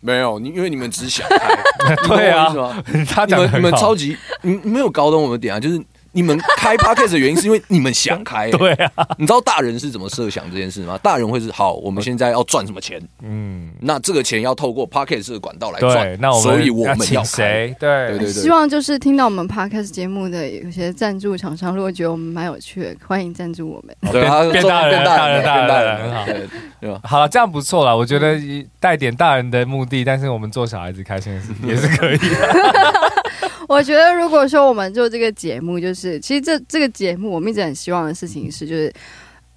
Speaker 4: 没有，你因为你们只想开，
Speaker 1: [LAUGHS]
Speaker 4: 你懂我
Speaker 1: 对啊
Speaker 4: 意思吗
Speaker 1: [LAUGHS] 他
Speaker 4: 你
Speaker 1: 讲的
Speaker 4: 们你
Speaker 1: 很
Speaker 4: 们超
Speaker 1: 好，
Speaker 4: 级，你你没有搞懂我们点啊，就是。你们开 podcast 的原因是因为你们想
Speaker 1: [LAUGHS]
Speaker 4: 开、
Speaker 1: 对啊，
Speaker 4: 你知道大人是怎么设想这件事吗？大人会是好，我们现在要赚什么钱？
Speaker 1: 嗯，
Speaker 4: 那这个钱要透过 podcast 的管道来赚
Speaker 1: 对，，那我们
Speaker 4: 哎所以我
Speaker 1: 要
Speaker 4: 们
Speaker 1: 请
Speaker 4: 要开。
Speaker 1: 谁？对
Speaker 4: 对对
Speaker 2: 希望就是听到我们 podcast 节目的有些赞助厂商，如果觉得我们蛮有趣的，欢迎赞助我们。
Speaker 4: 对，他
Speaker 1: [LAUGHS] 变大人
Speaker 4: 变大人，
Speaker 1: 了大人大
Speaker 4: 变大
Speaker 1: 人
Speaker 4: 人
Speaker 1: 很好
Speaker 4: 了，对对吧？
Speaker 1: 好了，这样不错了，我觉得一带点大人的目的，但是我们做小孩子开心
Speaker 4: [LAUGHS]
Speaker 1: 的事也是可以的。
Speaker 2: [LAUGHS] 我觉得如果说我们做这个节目，就是其实这这个节目我们一直很希望的事情是，就是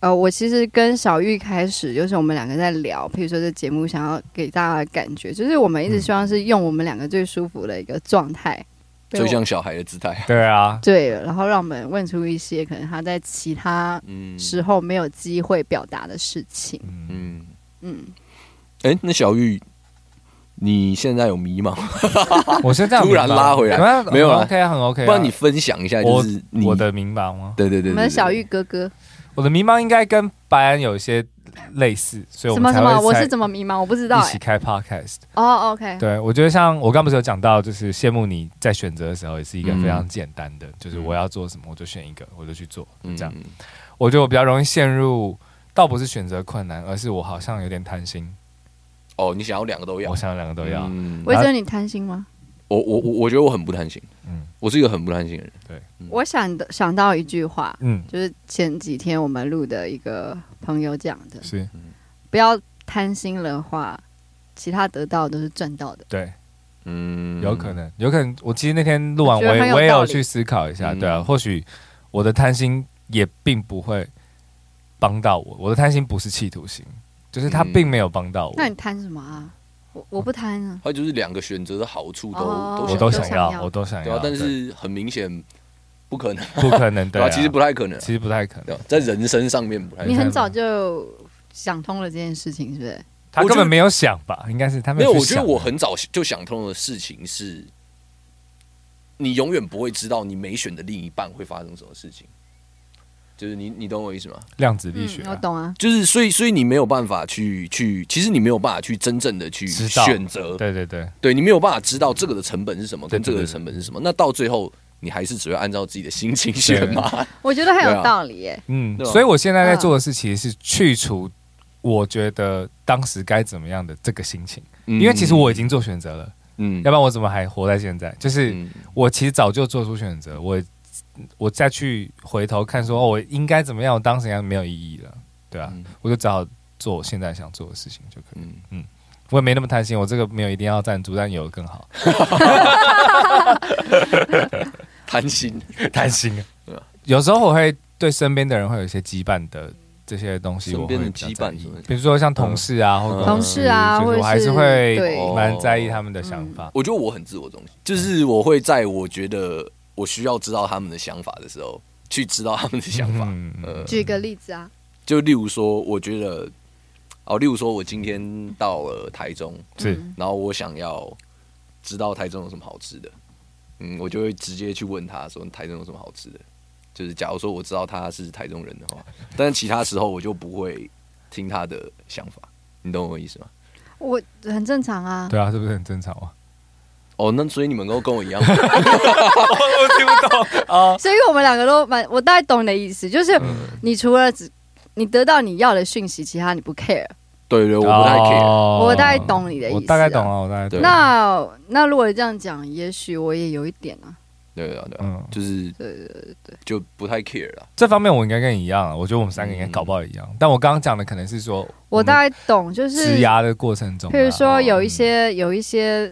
Speaker 2: 呃，我其实跟小玉开始就是我们两个在聊，譬如说这节目想要给大家的感觉，就是我们一直希望是用我们两个最舒服的一个状态，
Speaker 4: 最像小孩的姿态。
Speaker 1: 对啊，
Speaker 2: 对，然后让我们问出一些可能他在其他
Speaker 4: 嗯
Speaker 2: 时候没有机会表达的事情。
Speaker 1: 嗯，
Speaker 4: 嗯，
Speaker 2: 嗯，
Speaker 4: 哎，那小玉，你现在有迷茫？
Speaker 1: 我是这样
Speaker 4: 突然
Speaker 1: 明白
Speaker 4: 拉回来
Speaker 1: 那
Speaker 4: 没有
Speaker 1: 很
Speaker 4: 啦
Speaker 1: OK 啊，很 OK 啊。
Speaker 4: 不然你分享一下，就
Speaker 1: 我
Speaker 4: 是你
Speaker 1: 我，的迷茫吗？
Speaker 4: 对对对，
Speaker 2: 我
Speaker 4: 对
Speaker 2: 们的小玉，哥哥，
Speaker 1: 我的迷茫应该跟白安有一些类似，所以我
Speaker 2: 什
Speaker 1: 们
Speaker 2: 么
Speaker 1: 才
Speaker 2: 什
Speaker 1: 会
Speaker 2: 么，我
Speaker 1: 在
Speaker 2: 是怎么迷茫？我不知道
Speaker 1: 一
Speaker 2: 哎、
Speaker 1: 起开 podcast。
Speaker 2: 哦，OK、o k
Speaker 1: 对，我觉得像我刚不是有讲到，就是羡慕你在选择的时候也是一个
Speaker 4: 嗯
Speaker 1: 非常简单的，就是我要做什么我就选一个，我就去做，就
Speaker 4: 嗯
Speaker 1: 这样。我觉得我比较容易陷入，倒不是选择困难，而是我好像有点贪心，
Speaker 4: 哦，你想要两个都要
Speaker 1: 我，想要两个都要。
Speaker 4: 嗯
Speaker 2: 我觉得你贪心吗？
Speaker 4: 我我我我觉得我很不贪心，
Speaker 1: 嗯
Speaker 4: 我是一个很不贪心的人。嗯
Speaker 2: 我想的想到一句话，
Speaker 1: 嗯，
Speaker 2: 就是前几天我们录的一个朋友讲的，
Speaker 1: 是
Speaker 2: 不要贪心的话，其他得到都是赚到的。
Speaker 1: 对，
Speaker 4: 嗯，
Speaker 1: 有可能，有可能。我其实那天录完，
Speaker 2: 我
Speaker 1: 我
Speaker 2: 觉得很
Speaker 1: 也
Speaker 2: 有
Speaker 1: 我也
Speaker 2: 道
Speaker 1: 有
Speaker 2: 理
Speaker 1: 去思考一下，
Speaker 4: 嗯
Speaker 1: 对啊，或许我的贪心也并不会帮到我，我的贪心不是企图心，就是他
Speaker 4: 嗯
Speaker 1: 并没有帮到我。
Speaker 2: 那你贪什么啊？我我不贪啊。
Speaker 4: 还有就是两个选择的好处都
Speaker 2: 哦
Speaker 4: 都
Speaker 1: 我
Speaker 4: 想
Speaker 1: 都
Speaker 2: 都
Speaker 1: 想
Speaker 2: 想
Speaker 1: 要，
Speaker 2: 要
Speaker 1: 我都想
Speaker 4: 对啊
Speaker 1: 要，，
Speaker 4: 但是很明显不可能，
Speaker 1: 对不可
Speaker 4: [LAUGHS]
Speaker 1: 能，对啊，
Speaker 4: 其实不太可能，
Speaker 1: 其实不太可能，
Speaker 4: 对吧在人生上面不太可
Speaker 2: 你
Speaker 4: 能。
Speaker 2: 很早就想通了这件事情，是不是？
Speaker 1: 他
Speaker 4: 我
Speaker 1: 根
Speaker 4: 觉
Speaker 1: 本
Speaker 4: 得
Speaker 1: 没有想吧，应该是他
Speaker 4: 没有，
Speaker 1: 去
Speaker 4: 我觉得
Speaker 1: 想啊
Speaker 4: 我很早就想通的事情是，你永远不会知道你没选的另一半会发生什么事情。就是你，你懂我意思吗？
Speaker 1: 量子力学啊，
Speaker 2: 我懂啊。
Speaker 4: 就是所以，所以你没有办法去去，其实你没有办法去真正的去
Speaker 1: 知道
Speaker 4: 选择，
Speaker 1: 对对对，
Speaker 4: 对你没有办法知道这个的成本是什么，
Speaker 1: 对
Speaker 4: 跟这个
Speaker 1: 对
Speaker 4: 的
Speaker 1: 对
Speaker 4: 成本是什么。那到最后，你还是只会按照自己的心情选嘛？
Speaker 2: 我觉得很
Speaker 4: 对啊
Speaker 2: 有道理耶、
Speaker 1: 嗯，
Speaker 4: 对吧啊
Speaker 1: 所以我现在在做的事其实是去除我觉得当时该怎么样的这个心情，
Speaker 4: 嗯
Speaker 1: 因为其实我已，经做选择了，
Speaker 4: 嗯
Speaker 1: 要不然我怎么还活在现在？就是
Speaker 4: 嗯
Speaker 1: 我其实早就做出选择，我我再去回头看说哦，我应该怎么样，我当时应该没有意义了，对啊，
Speaker 4: 嗯
Speaker 1: 我就只好做我现在想做的事情就可以。
Speaker 4: 嗯，
Speaker 1: 我也没那么贪心，我这个没有一定要赞助，但有更好。
Speaker 4: 贪心，
Speaker 1: 贪心啊。有时候我会对身边的人会有一些羁绊的这些东西，
Speaker 4: 身
Speaker 1: 我会
Speaker 4: 边
Speaker 1: 比
Speaker 4: 的
Speaker 1: 较在
Speaker 4: 羁绊
Speaker 1: 意
Speaker 4: 什么
Speaker 1: 比如说像同事啊，或
Speaker 4: 嗯
Speaker 1: 者
Speaker 2: 同事啊，
Speaker 1: 就
Speaker 2: 或
Speaker 1: 是
Speaker 2: 者
Speaker 1: 我还是
Speaker 2: 对
Speaker 1: 会
Speaker 4: 哦
Speaker 1: 蛮在意他们的想法。
Speaker 4: 我觉得我很自我中心，就是我会在我觉得我需要知道他们的想法的时候，去知道他们的想法。
Speaker 1: 嗯嗯
Speaker 4: 呃，
Speaker 2: 举个例子啊，
Speaker 4: 就例如说，我觉得，哦，例如说我今天到了台中，
Speaker 1: 是
Speaker 2: 嗯
Speaker 4: 然后我想要知道台中有什么好吃的，嗯，我就会直接去问他说台中有什么好吃的。就是假如说我知道他是台中人的话，但是其他时候我就不会听他的想法，你懂我意思吗？
Speaker 2: 我很正常啊。
Speaker 1: 对啊，是不是很正常啊？
Speaker 4: 哦，那所以你们都跟我一样，
Speaker 1: 我我听不懂啊。
Speaker 2: 所以我们两个都蛮，我大概懂你的意思，就是你除了只你得到你要的讯息，其他你不 care。
Speaker 4: 对
Speaker 1: 哦
Speaker 4: 对，我不太 care，
Speaker 2: 哦我大概懂你的意思啊
Speaker 1: 我大概懂啊，我大概懂。
Speaker 4: 对
Speaker 2: 那那如果这样讲，也许我也有一点啊，
Speaker 4: 对啊，对啊，
Speaker 1: 嗯，
Speaker 4: 就是就不太 care 了。
Speaker 1: 这方面我应该跟你一样啊，我觉得我们三个应该搞不好一样。但我刚刚讲的可能是说，
Speaker 2: 我大概懂，就
Speaker 1: 职
Speaker 2: 是
Speaker 1: 涯的过程中啊，
Speaker 2: 譬如说有一
Speaker 1: 嗯
Speaker 2: 些有一些，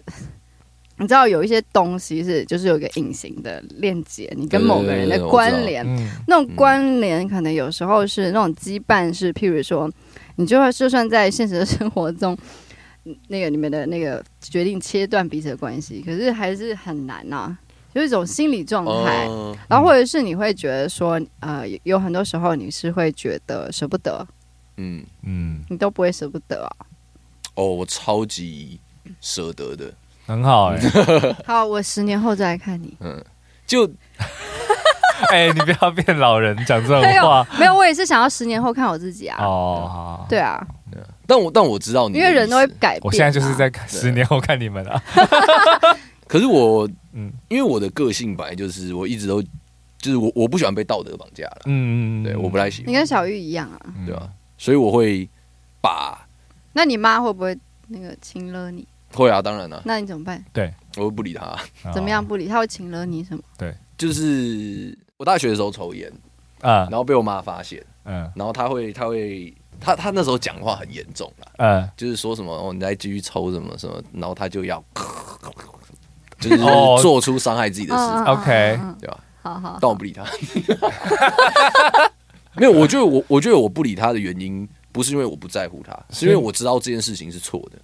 Speaker 2: [LAUGHS] 你知道有一些东西是就是有一个隐形的链接，你跟某个人
Speaker 4: 对对对
Speaker 2: 的
Speaker 4: 对我知
Speaker 2: 关
Speaker 4: 道
Speaker 2: 联，
Speaker 1: 嗯
Speaker 2: 那种关联可能有时候是那种羁绊，是譬如说，你就会就算在现实的生活中，嗯那个你们的那个决定切断彼此的关系，可是还是很难呐、有一种心理状态。
Speaker 4: 嗯
Speaker 2: 然后或者是你会觉得说，呃，有有很多时候你是会觉得舍不得，
Speaker 4: 嗯，
Speaker 1: 嗯，
Speaker 2: 你都不会舍不得啊。
Speaker 4: 哦，我超级舍得的，
Speaker 1: 很好哎
Speaker 2: 好，我十年后再来看你。
Speaker 4: 嗯，就
Speaker 1: 哎，你不要变老人讲这种
Speaker 2: [LAUGHS] 没有
Speaker 1: 话，
Speaker 2: 哦没有，我也是想要十年后看我自己啊。
Speaker 1: 哦，好。
Speaker 2: 对啊，
Speaker 4: 但我但我知道你，
Speaker 2: 因为人都会，改变啊、
Speaker 1: 我现在就是在看十年后看你们啊，
Speaker 4: 可是我
Speaker 1: 嗯
Speaker 4: 因为我的个性本来就是，我一直都就是我我不喜欢被道德绑架了，
Speaker 1: 嗯，
Speaker 4: 对，我不太喜
Speaker 2: 你
Speaker 4: 欢，
Speaker 2: 跟小玉一样啊。
Speaker 1: 嗯
Speaker 4: 对啊，所以我会把
Speaker 2: 那你妈会不会那个亲了你？
Speaker 4: 会啊，当然了、
Speaker 2: 那你怎么办？
Speaker 4: 我会不理他，
Speaker 1: 哦嗯
Speaker 2: 怎么样不理？她会亲了你什么？
Speaker 4: 就是我大学的时候抽烟，
Speaker 1: 啊？
Speaker 4: 然后被我妈发现，
Speaker 1: 嗯
Speaker 4: 然后她会她会她她那时候讲话很严重啦，
Speaker 1: 嗯
Speaker 4: 就是说什么哦，你再继续抽什么什么，然后她就要， [LAUGHS] 就是
Speaker 1: 哦
Speaker 4: 做出伤害自己的事
Speaker 2: 嗯
Speaker 4: 情。
Speaker 2: 嗯嗯
Speaker 1: OK
Speaker 2: 嗯嗯
Speaker 4: 对吧？
Speaker 2: 好好
Speaker 4: 但我不理他。 [LAUGHS] 没有，我觉得我我觉得我不理他的原因，不是因为我不在乎他，是因为我知道这件事情是错的，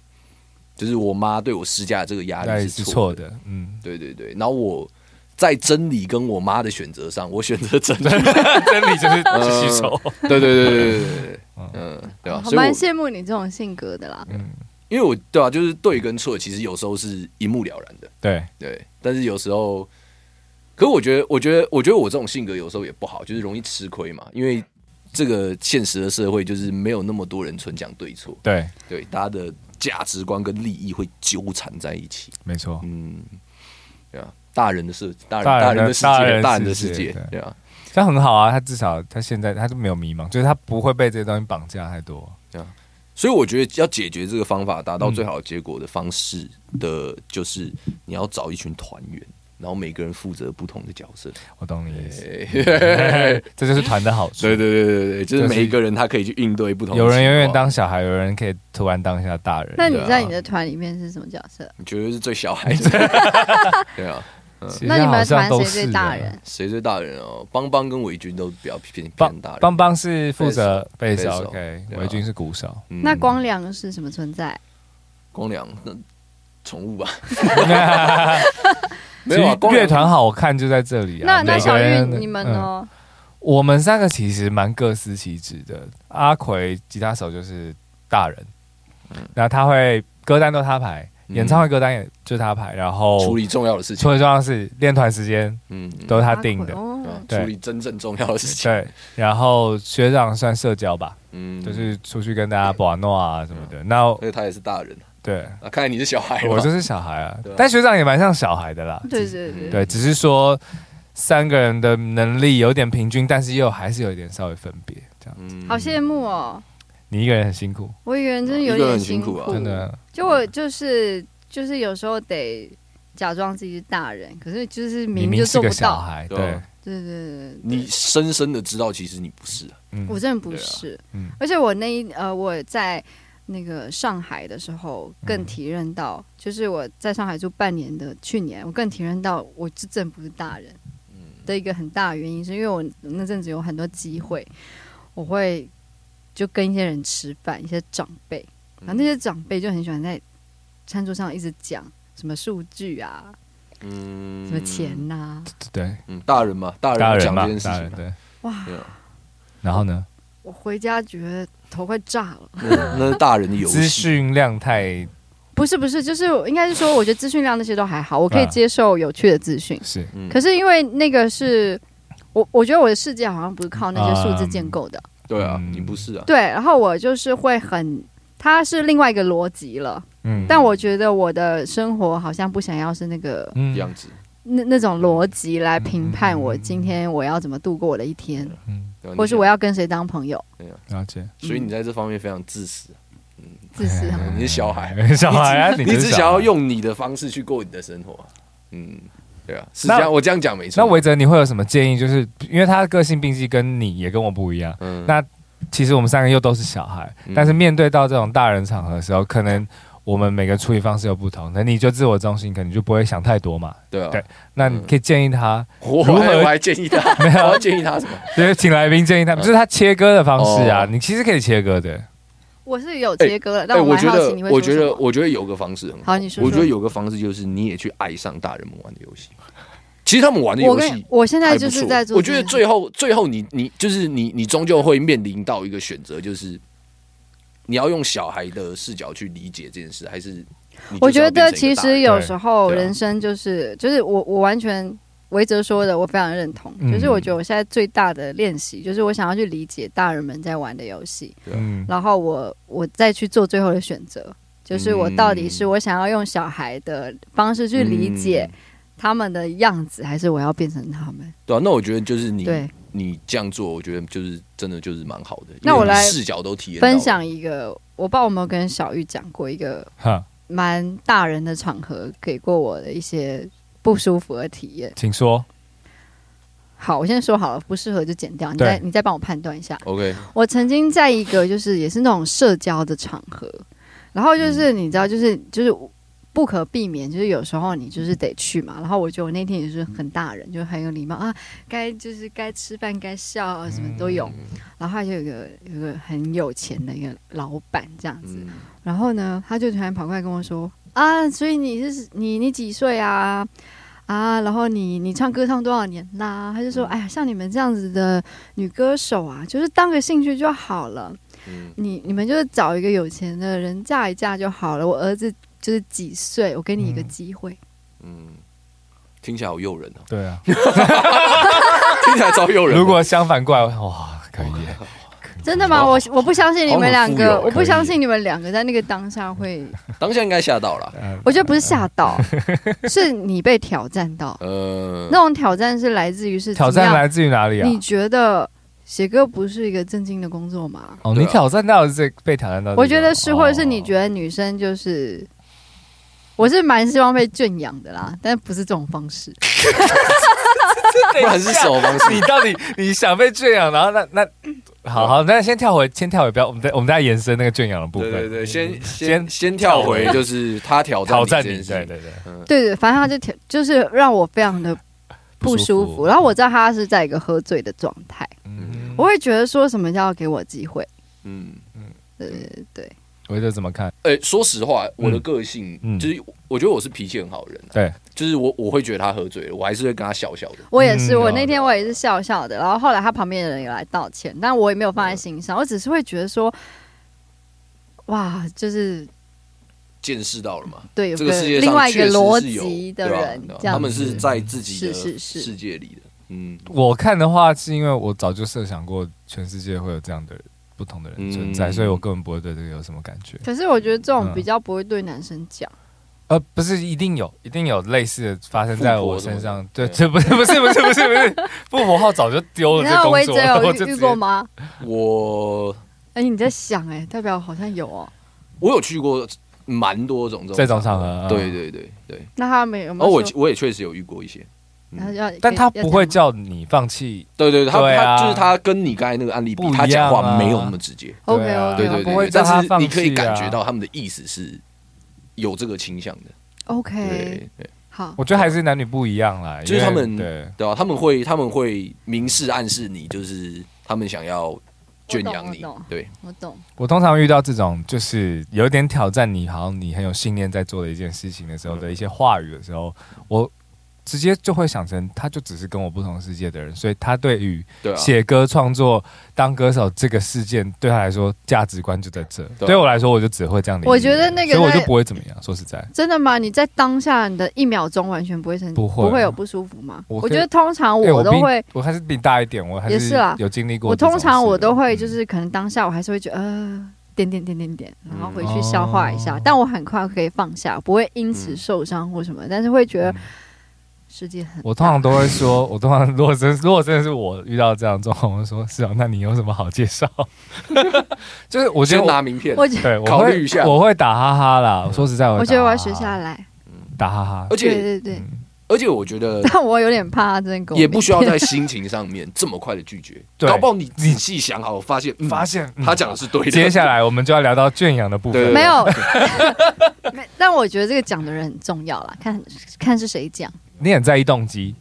Speaker 4: 就是我妈对我施加的这个压
Speaker 1: 那也
Speaker 4: 力
Speaker 1: 是
Speaker 4: 错
Speaker 1: 错。的，嗯， [LAUGHS]
Speaker 4: 对对对，然后我在真理跟我妈的选择上，我选择真理。
Speaker 1: 真理就是洗手，
Speaker 4: 对对对对对对对，嗯，对吧？
Speaker 2: 我
Speaker 4: 所以我
Speaker 2: 蛮羡慕你这种性格的啦。
Speaker 1: 嗯，
Speaker 4: 因为我对吧，就是对跟错，其实有时候是一目了然的。
Speaker 1: [LAUGHS] 对，
Speaker 4: 对，但是有时候，可是我觉得，我觉得，我觉得我这种性格有时候也不好，就是容易吃亏嘛。因为这个现实的社会就是没有那么多人纯讲对错，
Speaker 1: 对，
Speaker 4: 对，大家的价值观跟利益会纠缠在一起。
Speaker 1: 没错，
Speaker 4: 嗯，对啊，大人的世，大人
Speaker 1: 大
Speaker 4: 大
Speaker 1: 人的
Speaker 4: 人的世
Speaker 1: 大人
Speaker 4: 界，
Speaker 1: 的
Speaker 4: 大人的
Speaker 1: 世
Speaker 4: 世
Speaker 1: 界
Speaker 4: 界
Speaker 1: 对，
Speaker 4: 对啊，
Speaker 1: 这样很好啊。他至少他现在他都没有迷茫，就是他不会被这些东西绑架太多。
Speaker 4: 所以我觉得要解决这个方法达到最好的结果的方式的，就是你要找一群团员，然后每个人负责不同的角色。
Speaker 1: 我懂你的意思，
Speaker 4: 哎
Speaker 1: [LAUGHS] 这就是团的好处。
Speaker 4: 对对对对对，就是
Speaker 1: 就是
Speaker 4: 每一个人他可以去应对不同的
Speaker 1: 有人永远
Speaker 4: 情况
Speaker 1: 当小孩，有人可以突然当一下大人。
Speaker 2: 那你
Speaker 4: 对啊
Speaker 2: 在你的团里面是什么角色？
Speaker 4: 你觉得是最小孩
Speaker 2: [LAUGHS]
Speaker 4: 子，对啊，
Speaker 1: 其实
Speaker 2: 那你们
Speaker 1: 好
Speaker 2: 的
Speaker 1: 像
Speaker 2: 团
Speaker 1: 都
Speaker 2: 谁
Speaker 1: 是嗯
Speaker 2: 最大人？
Speaker 4: 谁最大人哦？邦邦跟伟军都比较偏
Speaker 1: 邦
Speaker 4: 偏大人，
Speaker 1: 邦邦是负责贝斯
Speaker 4: 贝斯
Speaker 1: ，OK，
Speaker 4: 对啊
Speaker 1: 维军是鼓手。
Speaker 4: 嗯
Speaker 2: 那光良是什么存在？
Speaker 4: 光良那宠
Speaker 1: [LAUGHS]
Speaker 4: 物吧，
Speaker 1: 其
Speaker 4: 没有啊
Speaker 1: 实
Speaker 4: 光良
Speaker 1: 乐团好看就在这里啊。
Speaker 2: 那那
Speaker 1: 每
Speaker 2: 小
Speaker 1: 个
Speaker 2: 玉
Speaker 1: 人
Speaker 2: 你们？哦
Speaker 1: 嗯
Speaker 2: 呢？
Speaker 1: 我们三个其实蛮各司其职的。阿奎吉他手就是大人，然后他会歌单都他排，
Speaker 4: 嗯
Speaker 1: 演唱会歌单也就是他排，然后
Speaker 4: 处理重要的事情
Speaker 1: 处，理重要的事、练团时间
Speaker 4: 嗯，嗯
Speaker 1: 都是他定的。
Speaker 2: 哦
Speaker 4: 对啊
Speaker 1: 对
Speaker 4: 处理真正重要的事情，
Speaker 1: 对，然后学长算社交吧，
Speaker 4: 嗯
Speaker 1: 就是出去跟大家玩闹啊什么的。那
Speaker 4: 所以他也是大人
Speaker 1: 对
Speaker 4: 啊。看来你是小孩嘛，
Speaker 1: 我就是小孩啊
Speaker 4: 对啊，
Speaker 1: 但学长也蛮像小孩的啦。
Speaker 2: 对对对对，
Speaker 1: 对，只是说三个人的能力有点平均，但是又还是有一点稍微分别。这样，
Speaker 4: 嗯
Speaker 2: 好羡慕哦！
Speaker 1: 你一个人很辛苦，
Speaker 2: 我一个人真的有
Speaker 4: 一个
Speaker 2: 点
Speaker 4: 人很辛苦啊
Speaker 2: 嗯
Speaker 1: 真的。
Speaker 2: 就我就是就是有时候得假装自己是大人，可是就是明
Speaker 1: 明
Speaker 2: 明就
Speaker 1: 是
Speaker 2: 做
Speaker 1: 个
Speaker 2: 不
Speaker 1: 小
Speaker 2: 到。
Speaker 1: 孩，
Speaker 4: 对
Speaker 1: 对
Speaker 4: 啊，
Speaker 2: 对对对，
Speaker 4: 你深深的知道，其实你不是啊，
Speaker 1: 嗯
Speaker 2: 我真的不
Speaker 4: 对啊
Speaker 2: 是，
Speaker 1: 嗯
Speaker 2: 而且我那一呃我在那个上海的时候
Speaker 4: 嗯
Speaker 2: 更体认到，就是我在上海住半年的去年，我更体认到我这真不是大人
Speaker 4: 嗯
Speaker 2: 的一个很大的原因，是因为我那阵子有很多机会，我会就跟一些人吃饭，一些长辈，
Speaker 4: 嗯
Speaker 2: 然后那些长辈就很喜欢在餐桌上一直讲什么数据啊，
Speaker 4: 嗯，
Speaker 2: 什么钱啊呐、
Speaker 1: 对，
Speaker 4: 嗯，大人嘛，大
Speaker 1: 大
Speaker 4: 人
Speaker 1: 人
Speaker 4: 讲
Speaker 1: 嘛
Speaker 4: 这件，事
Speaker 1: 大
Speaker 4: 情
Speaker 1: 人
Speaker 4: 嘛，
Speaker 1: 对。
Speaker 2: 哇，
Speaker 4: 对啊
Speaker 1: 然后呢，
Speaker 2: 我回家觉得头快炸了。
Speaker 4: 那那是大人的游
Speaker 1: 资
Speaker 4: 戏，
Speaker 1: 讯量太
Speaker 2: 不是不是，就是应该是说，我觉得资讯量那些都还好，我可以
Speaker 1: 嗯
Speaker 2: 接受有趣的资讯。
Speaker 1: 是
Speaker 4: 嗯
Speaker 2: 可是因为那个是我，我觉得我的世界好像不是靠那些数字建构的。
Speaker 4: 对啊，
Speaker 1: 嗯
Speaker 4: 你不是啊，
Speaker 2: 对，然后我就是会很，它是另外一个逻辑了。
Speaker 1: 嗯，
Speaker 2: 但我觉得我的生活好像不想要是那个
Speaker 1: 嗯
Speaker 4: 这样子，
Speaker 2: 那那种逻辑来评判我今天我要怎么度过我的一天，
Speaker 1: 嗯
Speaker 4: 对啊
Speaker 2: 或
Speaker 4: 你
Speaker 2: 是我要跟谁当朋友，
Speaker 1: 了解，
Speaker 4: 所以你在这方面非常自私，
Speaker 2: 自私啊。
Speaker 1: 嗯
Speaker 4: 哎你是小孩，
Speaker 1: [LAUGHS] 小孩啊，你
Speaker 4: 哎你
Speaker 1: 就是
Speaker 4: 只
Speaker 1: 小
Speaker 4: 想要
Speaker 1: 孩
Speaker 4: 啊用你的方式去过你的生活，嗯，对啊，是这样，我这样讲没错。
Speaker 1: 那维泽，你会有什么建议？就是因为他的个性病迹跟你也跟我不一样，
Speaker 4: 嗯
Speaker 1: 那其实我们三个又都是小孩，
Speaker 4: 嗯
Speaker 1: 但是面对到这种大人场合的时候，可能我们每个处理方式又不同。那你就自我中心，可能就不会想太多嘛。
Speaker 4: 对啊，
Speaker 1: 对那你可以建议他，
Speaker 4: [LAUGHS] 我哎
Speaker 1: 如何
Speaker 4: 我还建议他，
Speaker 1: [LAUGHS] 没
Speaker 4: 我
Speaker 1: 有啊
Speaker 4: 还，建议他
Speaker 2: [LAUGHS]
Speaker 4: 什么？
Speaker 1: 就是请来宾建议他，就是他切割的方式啊。
Speaker 4: 哦啊
Speaker 1: 你其实可以切割的，
Speaker 2: 我是有切割了，
Speaker 4: 哎，
Speaker 2: 但
Speaker 4: 我
Speaker 2: 蛮
Speaker 4: 觉
Speaker 2: 好
Speaker 4: 得
Speaker 2: 奇你，会说
Speaker 4: 我觉
Speaker 2: 什
Speaker 4: 得，
Speaker 2: 么。
Speaker 4: 我觉得有个方式很
Speaker 2: 好你说
Speaker 4: 我觉
Speaker 2: 说
Speaker 4: 得有个方式就是你也去爱上大人们玩的游戏。其实他们玩的
Speaker 2: 我
Speaker 4: 游
Speaker 2: 跟
Speaker 4: 戏
Speaker 2: 我现
Speaker 4: 还
Speaker 2: 在
Speaker 4: 不
Speaker 2: 就是
Speaker 4: 错
Speaker 2: 在做
Speaker 4: 我
Speaker 2: 这
Speaker 4: 觉
Speaker 2: 个，
Speaker 4: 得最后最后你你就是你你终究会面临到一个选择，就是你要用小孩的视角去理解这件事，还是你就是
Speaker 2: 我觉
Speaker 4: 要变
Speaker 2: 得
Speaker 4: 成一
Speaker 2: 其
Speaker 4: 个大人
Speaker 2: 实有时候
Speaker 4: 对对啊
Speaker 2: 人生就是就是我我完全维哲说的，我非常认同。
Speaker 1: 嗯
Speaker 2: 就是我觉得我现在最大的练习，就是我想要去理解大人们在玩的游戏，
Speaker 4: 对啊
Speaker 1: 嗯，
Speaker 2: 然后我我再去做最后的选择，就是我到底是
Speaker 4: 嗯
Speaker 2: 我想要用小孩的方式去理解
Speaker 4: 嗯
Speaker 2: 他们的样子，还是我要变成他们？
Speaker 4: 对啊，那我觉得就是你
Speaker 2: 对，
Speaker 4: 你这样做，我觉得就是真的就是蛮好的。
Speaker 2: 那
Speaker 4: 因为
Speaker 2: 我
Speaker 4: 你
Speaker 2: 来
Speaker 4: 视角都体验到了
Speaker 2: 分享一个，我不知道我有没有跟小玉讲过一个
Speaker 1: 哈，
Speaker 2: 蛮大人的场合给过我的一些不舒服的体验。
Speaker 1: 请说。
Speaker 2: 好，我先说好了，不适合就剪掉。你
Speaker 1: 对
Speaker 2: 再你再帮我判断一下。
Speaker 4: OK，
Speaker 2: 我曾经在一个就是也是那种社交的场合，然后就是你知道，就是就是不可避免，就是有时候你就是得去嘛。然后我觉得我那天也是很大人，就很有礼貌啊，该就是该吃饭该笑啊，什么都有。然后还有一个有一个很有钱的一个老板这样子，
Speaker 4: 嗯，
Speaker 2: 然后呢，他就突然跑过来跟我说：“啊，所以你是你你几岁啊？啊，然后你你唱歌唱多少年啦？”他就说：“哎呀，像你们这样子的女歌手啊，就是当个兴趣就好了。
Speaker 4: 嗯
Speaker 2: 你你们就是找一个有钱的人嫁一嫁就好了。我儿子就是几岁，我给你一个
Speaker 1: 嗯，
Speaker 2: 机会。
Speaker 4: 嗯，听起来好诱人哦
Speaker 1: 对啊，
Speaker 4: 听起来超诱人的。
Speaker 1: 如果相反过来，哇，可以耶，
Speaker 2: 真的吗？
Speaker 4: 哦
Speaker 2: 我我不相信你们两个，
Speaker 4: 好很富有
Speaker 2: 我不
Speaker 1: 可以
Speaker 2: 相信你们两个在那个当下会，
Speaker 4: 当下应该吓到了，
Speaker 1: 嗯
Speaker 2: 我觉得不是吓到，是你被挑战到。
Speaker 4: 呃，
Speaker 2: 那种挑战是来自于是
Speaker 1: 挑
Speaker 2: 怎么
Speaker 1: 战
Speaker 2: 样
Speaker 1: 来自于哪里啊
Speaker 2: 你？觉得写歌不是一个正哦经的工作吗？
Speaker 1: 哦，
Speaker 4: 对
Speaker 1: 你
Speaker 4: 啊
Speaker 1: 挑战到的是这被挑战到的地方，
Speaker 2: 我觉得是，或者是你觉
Speaker 1: 得
Speaker 2: 得女生就是，我是蛮希望被圈养的啦，但不是这种方式。
Speaker 4: 哦不然是什么方式？
Speaker 1: 你到底你想被圈养，然后那那好好，那先跳回，先跳回，不要，我们再我们再延伸那个圈养的部分，
Speaker 4: 对对对，先嗯先
Speaker 1: 先
Speaker 4: 先跳回就是他挑战
Speaker 1: 挑战
Speaker 4: 这
Speaker 1: 你，
Speaker 4: 件
Speaker 1: 对
Speaker 4: 事
Speaker 1: 对对，
Speaker 2: 对对，反正他就挑，就是让我非常的不舒服。然后我知道他是在一个喝醉的状态，
Speaker 1: 嗯，
Speaker 2: 我会觉得说什么叫给我机会？
Speaker 4: 嗯，
Speaker 2: 对对对，
Speaker 1: 我就怎么看？
Speaker 4: 哎，说实话，我的个性
Speaker 1: 嗯
Speaker 4: 就是我觉得我是脾气很好的人啊，
Speaker 1: 对，
Speaker 4: 就是我我会觉得他喝醉了，我还是会跟他笑笑的。
Speaker 2: 我也是，
Speaker 1: 嗯
Speaker 2: 我那天我也是笑笑的。然后后来他旁边的人也来道歉，但我也没有放在心上，我只是会觉得说，哇，就是
Speaker 4: 见识到了嘛，
Speaker 2: 对，有
Speaker 4: 这个世界上
Speaker 2: 另外一
Speaker 4: 确
Speaker 2: 个
Speaker 4: 实
Speaker 2: 逻
Speaker 4: 是有
Speaker 2: 辑的
Speaker 4: 对吧
Speaker 2: 人
Speaker 4: 对吧，
Speaker 2: 这样
Speaker 4: 他们
Speaker 2: 子
Speaker 4: 是在自己的
Speaker 2: 是是是
Speaker 4: 世界里的，嗯，
Speaker 1: 我看的话，是因为我早就设想过全世界会有这样的人不同的人存在，
Speaker 4: 嗯
Speaker 1: 所以我根本不会对这个有什么感觉。
Speaker 2: 可是我觉得这种
Speaker 1: 嗯
Speaker 2: 比较不会对男生讲，
Speaker 1: 呃，不是，一定有，一定有类似的发生在我身上。
Speaker 4: 富婆什么的
Speaker 1: 对，这不是不是不是不是不是，富婆号早就丢
Speaker 2: 你
Speaker 1: 了
Speaker 2: 知
Speaker 1: 这
Speaker 2: 道
Speaker 1: 工
Speaker 2: 维
Speaker 1: 作 [LAUGHS]
Speaker 2: 哲
Speaker 1: 了，我
Speaker 2: 有
Speaker 1: 就
Speaker 2: 遇
Speaker 1: 直
Speaker 2: 遇
Speaker 1: 接
Speaker 2: 过吗？
Speaker 4: 我
Speaker 2: 哎，你在想哎，代表好像有哦。
Speaker 4: 我有去过蛮多种
Speaker 1: 这种场合啊
Speaker 4: 对对对对。
Speaker 2: 那他们有没
Speaker 4: 哦，
Speaker 2: 有
Speaker 4: 我
Speaker 2: 说？
Speaker 4: 我也确实有遇过一些，
Speaker 2: 然后要，
Speaker 1: 嗯但他
Speaker 2: 要
Speaker 1: 不会
Speaker 2: 讲吗
Speaker 1: 叫你放弃，
Speaker 4: 对对，对他
Speaker 1: 对啊
Speaker 4: 他就是他跟你刚才那个案例比
Speaker 1: 不，一样啊
Speaker 4: 他讲话没有那么直接，
Speaker 1: 对
Speaker 2: OK
Speaker 1: 啊
Speaker 2: OK，
Speaker 4: 对对
Speaker 1: 他
Speaker 4: 对
Speaker 1: 不会
Speaker 4: 对，
Speaker 1: 叫他
Speaker 4: 但
Speaker 1: 放弃啊
Speaker 4: 是你可以感觉到他们的意思是有这个倾向的，
Speaker 2: OK，
Speaker 4: 对对
Speaker 2: 好，
Speaker 1: 我觉得还是男女不一样啦，
Speaker 4: 就是他们
Speaker 1: 因为对。
Speaker 4: 对啊，他们会他们会明示暗示你，就是他们想要圈养你
Speaker 2: 我懂我懂，
Speaker 4: 对，
Speaker 2: 我懂。
Speaker 1: 我通常遇到这种就是有一点挑战你，好像你很有信念在做的一件事情的时候
Speaker 4: 嗯
Speaker 1: 的一些话语的时候，我直接就会想成他就只是跟我不同世界的人，所以他对于
Speaker 4: 对啊，
Speaker 1: 写歌创作、当歌手这个事件对他来说价值观就在这。
Speaker 4: 对啊
Speaker 1: 对我来说，我就只会这样理解。
Speaker 2: 我觉得那个
Speaker 1: 所以我就
Speaker 2: 在
Speaker 1: 不会怎么样。说实在，
Speaker 2: 真的吗？你在当下你的一秒钟完全不会生气，
Speaker 1: 不会
Speaker 2: 有不舒服吗？
Speaker 1: 我
Speaker 2: 我
Speaker 1: 可以
Speaker 2: 觉得通常
Speaker 1: 哎
Speaker 2: 我都
Speaker 1: 比
Speaker 2: 会，
Speaker 1: 我还是比你大一点，我还
Speaker 2: 也是啦
Speaker 1: 有经历过
Speaker 2: 我
Speaker 1: 这种事。
Speaker 2: 通常我都会就
Speaker 1: 嗯
Speaker 2: 是可能当下我还是会觉得呃点点点点点，然后
Speaker 4: 嗯
Speaker 2: 回去消化一下，
Speaker 1: 哦
Speaker 2: 但我很快可以放下，不会因此
Speaker 4: 嗯
Speaker 2: 受伤或什么，但是会觉得
Speaker 1: 嗯
Speaker 2: 世界很
Speaker 1: 我通常都会说， [LAUGHS] 我通常如果真如果真的是我遇到这样的状况，我就说是啊，那你有什么好介绍？ [LAUGHS] 就是我觉得
Speaker 4: 先
Speaker 1: 我
Speaker 4: 拿名片，
Speaker 2: 我觉
Speaker 1: 对，我
Speaker 4: 考
Speaker 1: 会
Speaker 4: 虑一下嗯
Speaker 1: 我会打哈哈啦。我说实在，
Speaker 2: 我
Speaker 1: 会
Speaker 2: 觉得我
Speaker 1: 打哈
Speaker 2: 要学
Speaker 1: 哈
Speaker 2: 下来，
Speaker 1: 打哈哈
Speaker 4: 而。
Speaker 2: 对
Speaker 4: 且
Speaker 2: 对对，
Speaker 1: 嗯
Speaker 4: 而且我觉得
Speaker 2: 但我有点怕他真的跟我
Speaker 4: 也不需要
Speaker 2: 明天
Speaker 4: 在心情上面这么快的拒绝，
Speaker 1: 对
Speaker 4: 搞不好你仔细想好，发现、嗯
Speaker 1: 发现
Speaker 4: 他讲的是对的。
Speaker 1: 接下来我们就要聊到圈养的部分
Speaker 4: 对。
Speaker 2: 没有， [LAUGHS] 没但我觉得这个讲的人很重要啦，看看是谁讲。
Speaker 1: 你很在意动机，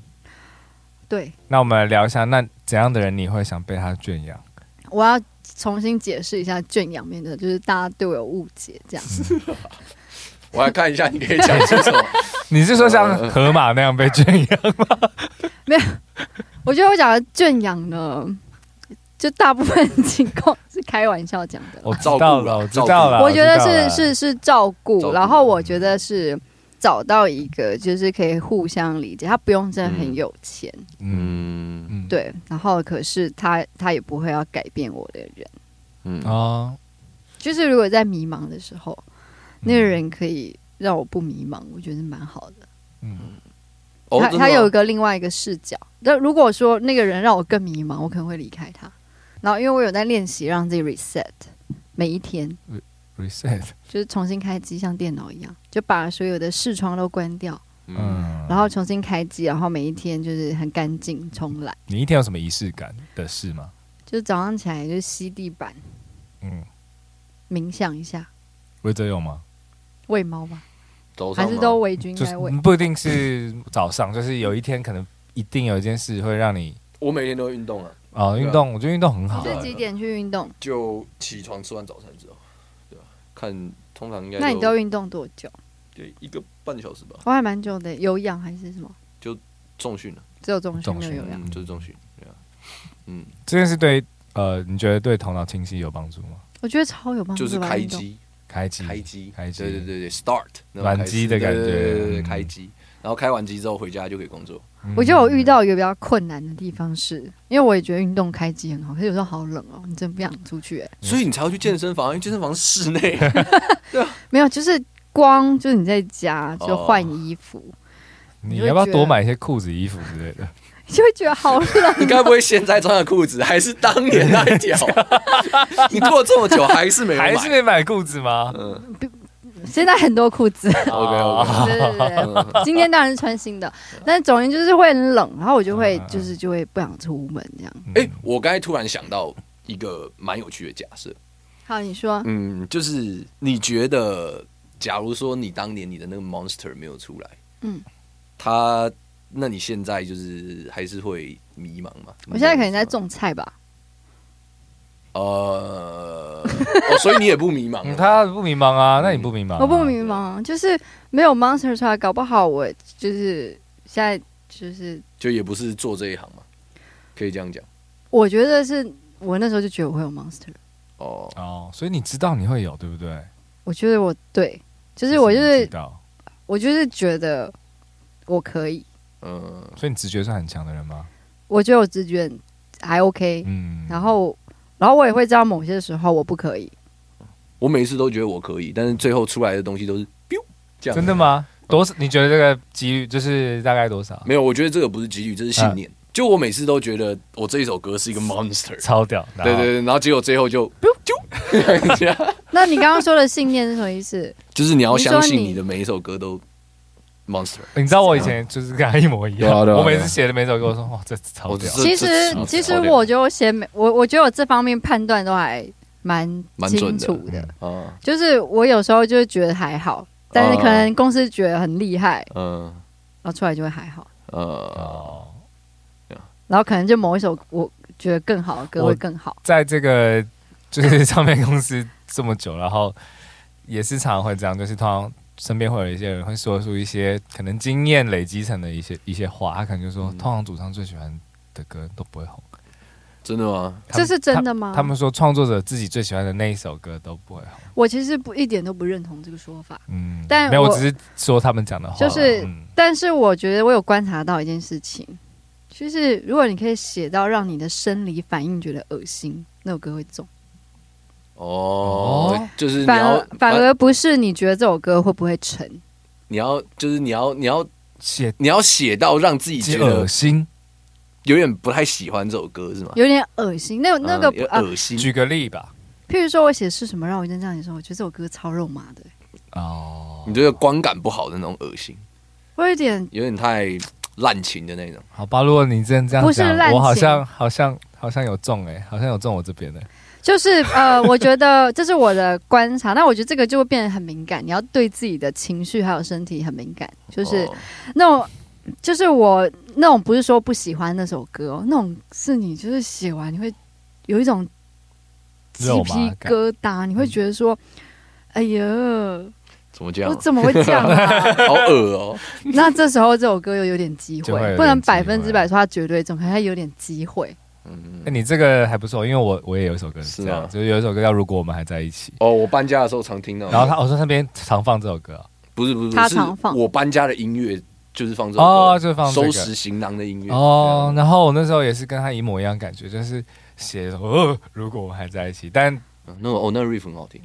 Speaker 2: 对，
Speaker 1: 那我们来聊一下，那怎样的人你会想被他圈养？
Speaker 2: 我要重新解释一下圈养，免得就是大家对我有误解这样。
Speaker 4: 我来看一下你可以讲出什么。
Speaker 1: 你是说
Speaker 4: 呃
Speaker 1: 像河马那样被圈
Speaker 4: [LAUGHS]
Speaker 1: 养？
Speaker 2: 我觉得我讲的圈养呢，就大部分情况是开玩笑讲的啦。
Speaker 1: 我知道了， [LAUGHS] 我知道了。
Speaker 2: 我觉得
Speaker 1: 知道了
Speaker 2: 是是是照
Speaker 4: 照
Speaker 2: 顾，
Speaker 4: 顾
Speaker 2: 然后我觉得是找到一个就是可以互相理解，他不用真的很
Speaker 4: 嗯
Speaker 2: 有钱，
Speaker 1: 嗯
Speaker 4: 嗯
Speaker 1: [LAUGHS] 嗯
Speaker 2: 对，然后可是他他也不会要改变我的人。
Speaker 4: 嗯
Speaker 1: 哦，
Speaker 2: 就是如果在迷茫的时候，那个
Speaker 1: 嗯
Speaker 2: 人可以让我不迷茫，我觉得蛮好的。
Speaker 1: 嗯
Speaker 4: 哦
Speaker 2: 他
Speaker 4: 真
Speaker 2: 他
Speaker 4: 的吗
Speaker 2: 有一个另外一个视角。但如果说那个人让我更迷茫，我可能会离开他。然后因为我有在练习让自己 reset，每一天
Speaker 1: reset，
Speaker 2: 就是重新开机，像电脑一样，就把所有的视窗都关掉，
Speaker 4: 嗯，
Speaker 1: 嗯，
Speaker 2: 然后重新开机，然后每一天就是很干净重来。
Speaker 1: 你一天有什么仪式感的事吗？
Speaker 2: 就是早上起来就吸地板，
Speaker 1: 嗯，
Speaker 2: 冥想一下，
Speaker 1: 魏哲有吗？
Speaker 2: 喂猫吧，
Speaker 4: 哦早上
Speaker 2: 还
Speaker 4: 吗
Speaker 2: 是都围巾应
Speaker 1: 就是
Speaker 2: 该喂。
Speaker 1: 不一定是 [LAUGHS] 早上，就是有一天可能一定有一件事会让你
Speaker 4: 我每天都运动啊，
Speaker 1: 哦
Speaker 4: 对啊
Speaker 1: 运动，我觉得运动很
Speaker 2: 你
Speaker 1: 好
Speaker 4: 对。
Speaker 2: 是几点去运动？
Speaker 4: 就起床吃完早餐之后，对啊，看通常应该
Speaker 2: 那你都运动多久？
Speaker 4: 对一个半小时吧，
Speaker 2: 我还蛮久的，有氧还是什么？
Speaker 4: 重训啊，
Speaker 2: 只有中训
Speaker 1: 重
Speaker 2: 没
Speaker 1: 训
Speaker 2: 有有氧。
Speaker 4: 嗯，就是重训，对啊，嗯，
Speaker 1: 这件事对呃，你觉得对头脑清晰有帮助吗？
Speaker 2: 我觉得超有帮助
Speaker 4: 就
Speaker 2: 哦吧，
Speaker 4: 是开
Speaker 2: 运动。
Speaker 4: 机，
Speaker 1: 开机，
Speaker 4: 开机，
Speaker 1: 嗯开机
Speaker 4: 对对对对，start 那种
Speaker 1: 软
Speaker 4: 开始
Speaker 1: 机的感觉
Speaker 4: 对对对对对
Speaker 1: 嗯
Speaker 4: 开机，然后开完机之后回家就可以工作，
Speaker 1: 嗯
Speaker 2: 我觉得我遇到一个比较困难的地方是，因为我也觉得运动开机很好，可是有时候好冷哦，你真不想出去、欸。
Speaker 1: 嗯
Speaker 4: 所以你才要去健身房，因为健身房是室内， [LAUGHS]
Speaker 2: 没有，就是光就是你在家就换衣服，
Speaker 1: 你
Speaker 2: 你会
Speaker 1: 要不要
Speaker 2: 觉
Speaker 1: 多
Speaker 2: 得
Speaker 1: 买一些裤子、衣服之类
Speaker 4: [LAUGHS]
Speaker 1: 的？
Speaker 2: 就会觉得
Speaker 1: [LAUGHS]
Speaker 2: 好冷。
Speaker 4: 你该不会现在穿的裤子还是当年那
Speaker 1: [LAUGHS]
Speaker 4: 一条？你过了这么久还是没哎有买？
Speaker 1: 还是没买裤子啊吗？ [LAUGHS]
Speaker 4: 嗯
Speaker 2: 现在很多裤子，
Speaker 4: ，OK
Speaker 1: 哦
Speaker 4: OK，
Speaker 2: 对对对对，今天当然是穿新的，但总而言之就是会很冷，然后我就会
Speaker 1: 嗯嗯嗯嗯
Speaker 2: 就是就会不想出门这样。
Speaker 1: 嗯
Speaker 4: 哎、我刚才突然想到一个蛮有趣的假设，
Speaker 2: 好，你说，
Speaker 4: 嗯，就是你觉得，假如说你当年你的那个 monster 没有出来，
Speaker 2: 嗯，
Speaker 4: 他，那你现在就是还是会迷茫吗？
Speaker 2: 我现在可能在
Speaker 4: 种，
Speaker 2: 种菜吧，
Speaker 4: 呃，哦，所以你也不迷茫
Speaker 1: 嗯
Speaker 4: 了，
Speaker 1: 他不迷茫
Speaker 4: 嗯
Speaker 1: 啊，那你不迷茫啊？
Speaker 2: 我不迷茫，就是没有 monster 出来，搞不好我就是现在就是，
Speaker 4: 就也不是做这一行嘛，可以这样讲
Speaker 2: 我觉得是我那时候就觉得我会有 monster，
Speaker 4: 哦。
Speaker 1: 哦，所以你知道你会有，对不对？
Speaker 2: 我觉得我对，就是我就
Speaker 1: 你
Speaker 2: 是
Speaker 1: 知道，
Speaker 2: 我就是觉得我可以，
Speaker 4: 嗯，
Speaker 1: 所以你直觉算很强的人吗？
Speaker 2: 我觉得我直觉还 OK，
Speaker 1: 嗯，
Speaker 2: 然后然后我也会知道某些时候我不可以，
Speaker 4: 我每一次都觉得我可以，但是最后出来的东西都是 biu 这样。
Speaker 1: 真的？吗？多少？你觉得这个几率就是大概多少？
Speaker 4: 没有，我觉得这个不是几率，这是
Speaker 1: 啊
Speaker 4: 信念。就我每次都觉得我这一首歌是一个
Speaker 1: [LAUGHS]
Speaker 4: monster，
Speaker 1: 超屌，然
Speaker 4: 对
Speaker 1: 后
Speaker 4: 对对，然后结果最后就 biu [LAUGHS] 啾
Speaker 2: 那你刚刚说的信念是什么意思？
Speaker 4: 就是你要相信
Speaker 2: 你说你
Speaker 4: 你的每一首歌都 monster。
Speaker 1: 你知道我以前就是跟他一模一
Speaker 4: 对啊
Speaker 1: 样，
Speaker 4: 对啊
Speaker 1: 我每次写的每首歌，我说哇，这超
Speaker 4: 我
Speaker 1: 屌，
Speaker 4: 这
Speaker 2: 其实
Speaker 4: 这超
Speaker 2: 其实
Speaker 4: 屌
Speaker 2: 我觉得我写每我我觉得我这方面判断都还蛮
Speaker 4: 蛮
Speaker 2: 清
Speaker 4: 准的
Speaker 2: 楚的，
Speaker 4: 啊，
Speaker 2: 就是我有时候就会觉得还好，但是可能公司觉得很厉害，
Speaker 4: 嗯
Speaker 2: 然后出来就会还好，
Speaker 4: 呃，
Speaker 1: 哦，
Speaker 2: 然后可能就某一首我觉得更好的歌
Speaker 1: 我
Speaker 2: 会更好。
Speaker 1: 在这个就是唱片公司这么久，然后也是常常会这样，就是通常身边会有一些人会说出一些可能经验累积成的一
Speaker 2: 嗯
Speaker 1: 些一些话，他可能就说，
Speaker 4: 嗯
Speaker 1: 通常主唱最喜欢的歌都不会红，
Speaker 4: 真的吗？
Speaker 1: 他们
Speaker 2: 这是真的啊吗
Speaker 1: 他他们说创作者自己最喜欢的那一首歌都不会红，
Speaker 2: 我其实不一点都不认同这个说法，
Speaker 1: 嗯，
Speaker 2: 但
Speaker 1: 没有，
Speaker 2: 我
Speaker 1: 我只是说他们讲的话，
Speaker 2: 就是
Speaker 1: 嗯
Speaker 2: 但是我觉得我有观察到一件事情，就是如果你可以写到让你的生理反应觉得恶心，那首歌会中，
Speaker 4: 哦
Speaker 1: 哦，
Speaker 4: 就是你
Speaker 2: 反
Speaker 4: 要
Speaker 2: 而反而不是你觉得这首歌会不会成。
Speaker 4: 你要就是你要你要
Speaker 1: 写
Speaker 4: 你要写到让自己觉得
Speaker 1: 恶心。
Speaker 4: 有点不太喜欢这首歌是吗？
Speaker 2: 有点恶心，那那个
Speaker 4: 嗯
Speaker 2: 不
Speaker 4: 有
Speaker 2: 啊，
Speaker 4: 恶心，
Speaker 1: 举个例吧，
Speaker 2: 譬如说我写是什么让我印象这样的时候，我觉得这首歌超肉麻的，
Speaker 1: 哦
Speaker 4: 你，觉得观感不好的那种恶心。
Speaker 2: 我有点
Speaker 4: 有点太滥情的那种。
Speaker 1: 好吧，如果你真的这
Speaker 2: 不
Speaker 1: 样
Speaker 2: 是
Speaker 1: 讲，
Speaker 2: 滥
Speaker 1: 我好
Speaker 2: 情
Speaker 1: 像好像好像有中哎、好像有中我这边的、
Speaker 2: 就是
Speaker 4: [LAUGHS]
Speaker 2: 呃，我觉得这是我的观察，那我觉得这个就会变得很敏感，你要对自己的情绪还有身体很敏感，就是、
Speaker 4: 哦
Speaker 2: 那种，就是我那种不是说不喜欢那首歌、哦，那种是你就是写完你会有一种鸡
Speaker 1: 肉
Speaker 2: 皮
Speaker 1: 麻感
Speaker 2: 疙瘩，你会觉得说。哎呀，
Speaker 4: 怎么讲
Speaker 2: 我？怎么会这
Speaker 1: [LAUGHS]
Speaker 2: 样、啊？
Speaker 4: 好恶哦、
Speaker 2: 那这时候这首歌又有点机
Speaker 1: 就会有点
Speaker 2: 会，不能
Speaker 1: 机
Speaker 2: 百分之
Speaker 1: 会
Speaker 2: 百说它绝对中，可它有点机会。
Speaker 4: 嗯
Speaker 1: 哎，你这个还不错，因为我我也有一首歌
Speaker 4: 是
Speaker 1: 是
Speaker 4: 啊吗
Speaker 1: 这样，就是有一首歌叫《如果我们还在一起》，
Speaker 4: 哦，我搬家的时候常听到。
Speaker 1: 然后他我说那边常放这首歌哦
Speaker 4: 不是不是，不是
Speaker 2: 他常放
Speaker 4: 是我搬家的音乐就是放这首歌
Speaker 1: 哦，就是放这
Speaker 4: 收
Speaker 1: 个
Speaker 4: 拾行囊的音乐
Speaker 1: 哦，
Speaker 4: 这样
Speaker 1: 然后我那时候也是跟他一模一样感觉，就是写说呃，如果我们还在一起，但
Speaker 4: 嗯那哦那 riff 很好听，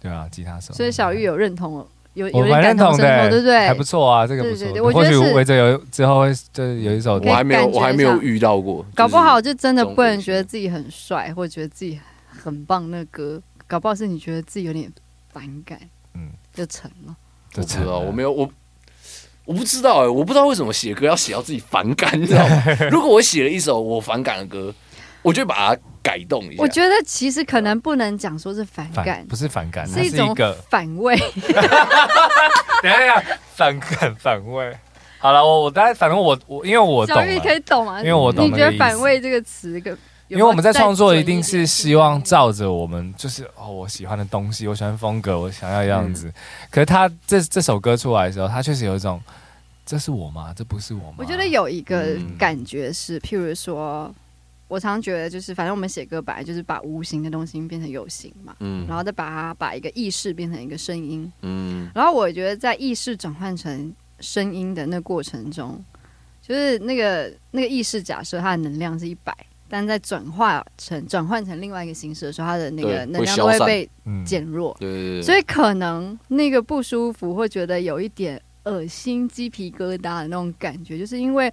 Speaker 1: 对啊，吉他手，
Speaker 2: 所以小玉有认同哦，有
Speaker 1: 我
Speaker 2: 有点
Speaker 1: 蛮
Speaker 2: 感
Speaker 1: 认
Speaker 2: 同
Speaker 1: 同
Speaker 2: 身受，
Speaker 1: 的，欸
Speaker 2: 对不对？
Speaker 1: 还不错啊，这个不
Speaker 2: 对对
Speaker 1: 错
Speaker 2: 对我。觉
Speaker 1: 或
Speaker 2: 得
Speaker 1: 许
Speaker 2: 是
Speaker 1: 围着有之后会就是有一首
Speaker 2: 可以
Speaker 4: 我还没有
Speaker 2: 感觉
Speaker 4: 我还没有
Speaker 2: 上
Speaker 4: 遇到过，就是
Speaker 2: 搞不好就真的
Speaker 4: 中
Speaker 2: 不能
Speaker 4: 国
Speaker 2: 觉得自己很帅，或者觉得自己很棒。那歌搞不好是你觉得自己有点反感，
Speaker 1: 嗯
Speaker 2: 就成了。
Speaker 1: 就
Speaker 4: 我不
Speaker 1: 成
Speaker 4: 知道，
Speaker 1: 了
Speaker 4: 我没有我。我不知道哎、我不知道为什么写歌要写到自己反感，你知
Speaker 1: [LAUGHS]
Speaker 4: 道吗？如果我写了一首我反感的歌，我就会把它改动一下。
Speaker 2: 我觉得其实可能不能讲说是反
Speaker 1: 反
Speaker 2: 感，
Speaker 1: 不是反感，它
Speaker 2: 是一
Speaker 1: 是一
Speaker 2: 种
Speaker 1: 个
Speaker 2: 反胃。
Speaker 1: 等一下，等一下，反感反胃。好了，我我大概反正我我因为 [LAUGHS] 我懂
Speaker 2: 小玉可
Speaker 1: 了，
Speaker 2: 以懂吗？
Speaker 1: 因为我懂
Speaker 2: 你
Speaker 1: 那
Speaker 2: 觉
Speaker 1: 个
Speaker 2: 得
Speaker 1: 意
Speaker 2: 反
Speaker 1: 思
Speaker 2: 胃这个词个？
Speaker 1: 因
Speaker 2: 有没
Speaker 1: 为
Speaker 2: 有
Speaker 1: 我们在
Speaker 2: 再
Speaker 1: 创作
Speaker 2: 准
Speaker 1: 一定
Speaker 2: 点
Speaker 1: 是希望照着我们就是哦我喜欢的东西，我喜欢风格，我想要的样
Speaker 2: 嗯
Speaker 1: 子。可是他这这首歌出来的时候，他确实有一种这是我吗？这不是我吗？
Speaker 2: 我觉得有一个
Speaker 4: 嗯
Speaker 2: 感觉是，譬如说，我常觉得就是，反正我们写歌本来就是把无形的东西变成有形嘛，
Speaker 4: 嗯
Speaker 2: 然后再把它把一个意识变成一个声音，
Speaker 4: 嗯，
Speaker 2: 然后我觉得在意识转换成声音的那过程中，就是那个那个意识假设它的能量是一百，但在转化成转换成另外一个形式的时候，它的那个
Speaker 4: 对
Speaker 2: 能量
Speaker 4: 会
Speaker 2: 都会
Speaker 4: 消散
Speaker 2: 被
Speaker 1: 嗯
Speaker 2: 减弱，
Speaker 4: 对对对，
Speaker 2: 所以可能那个不舒服会觉得有一点恶心、鸡皮疙瘩的那种感觉，就是因为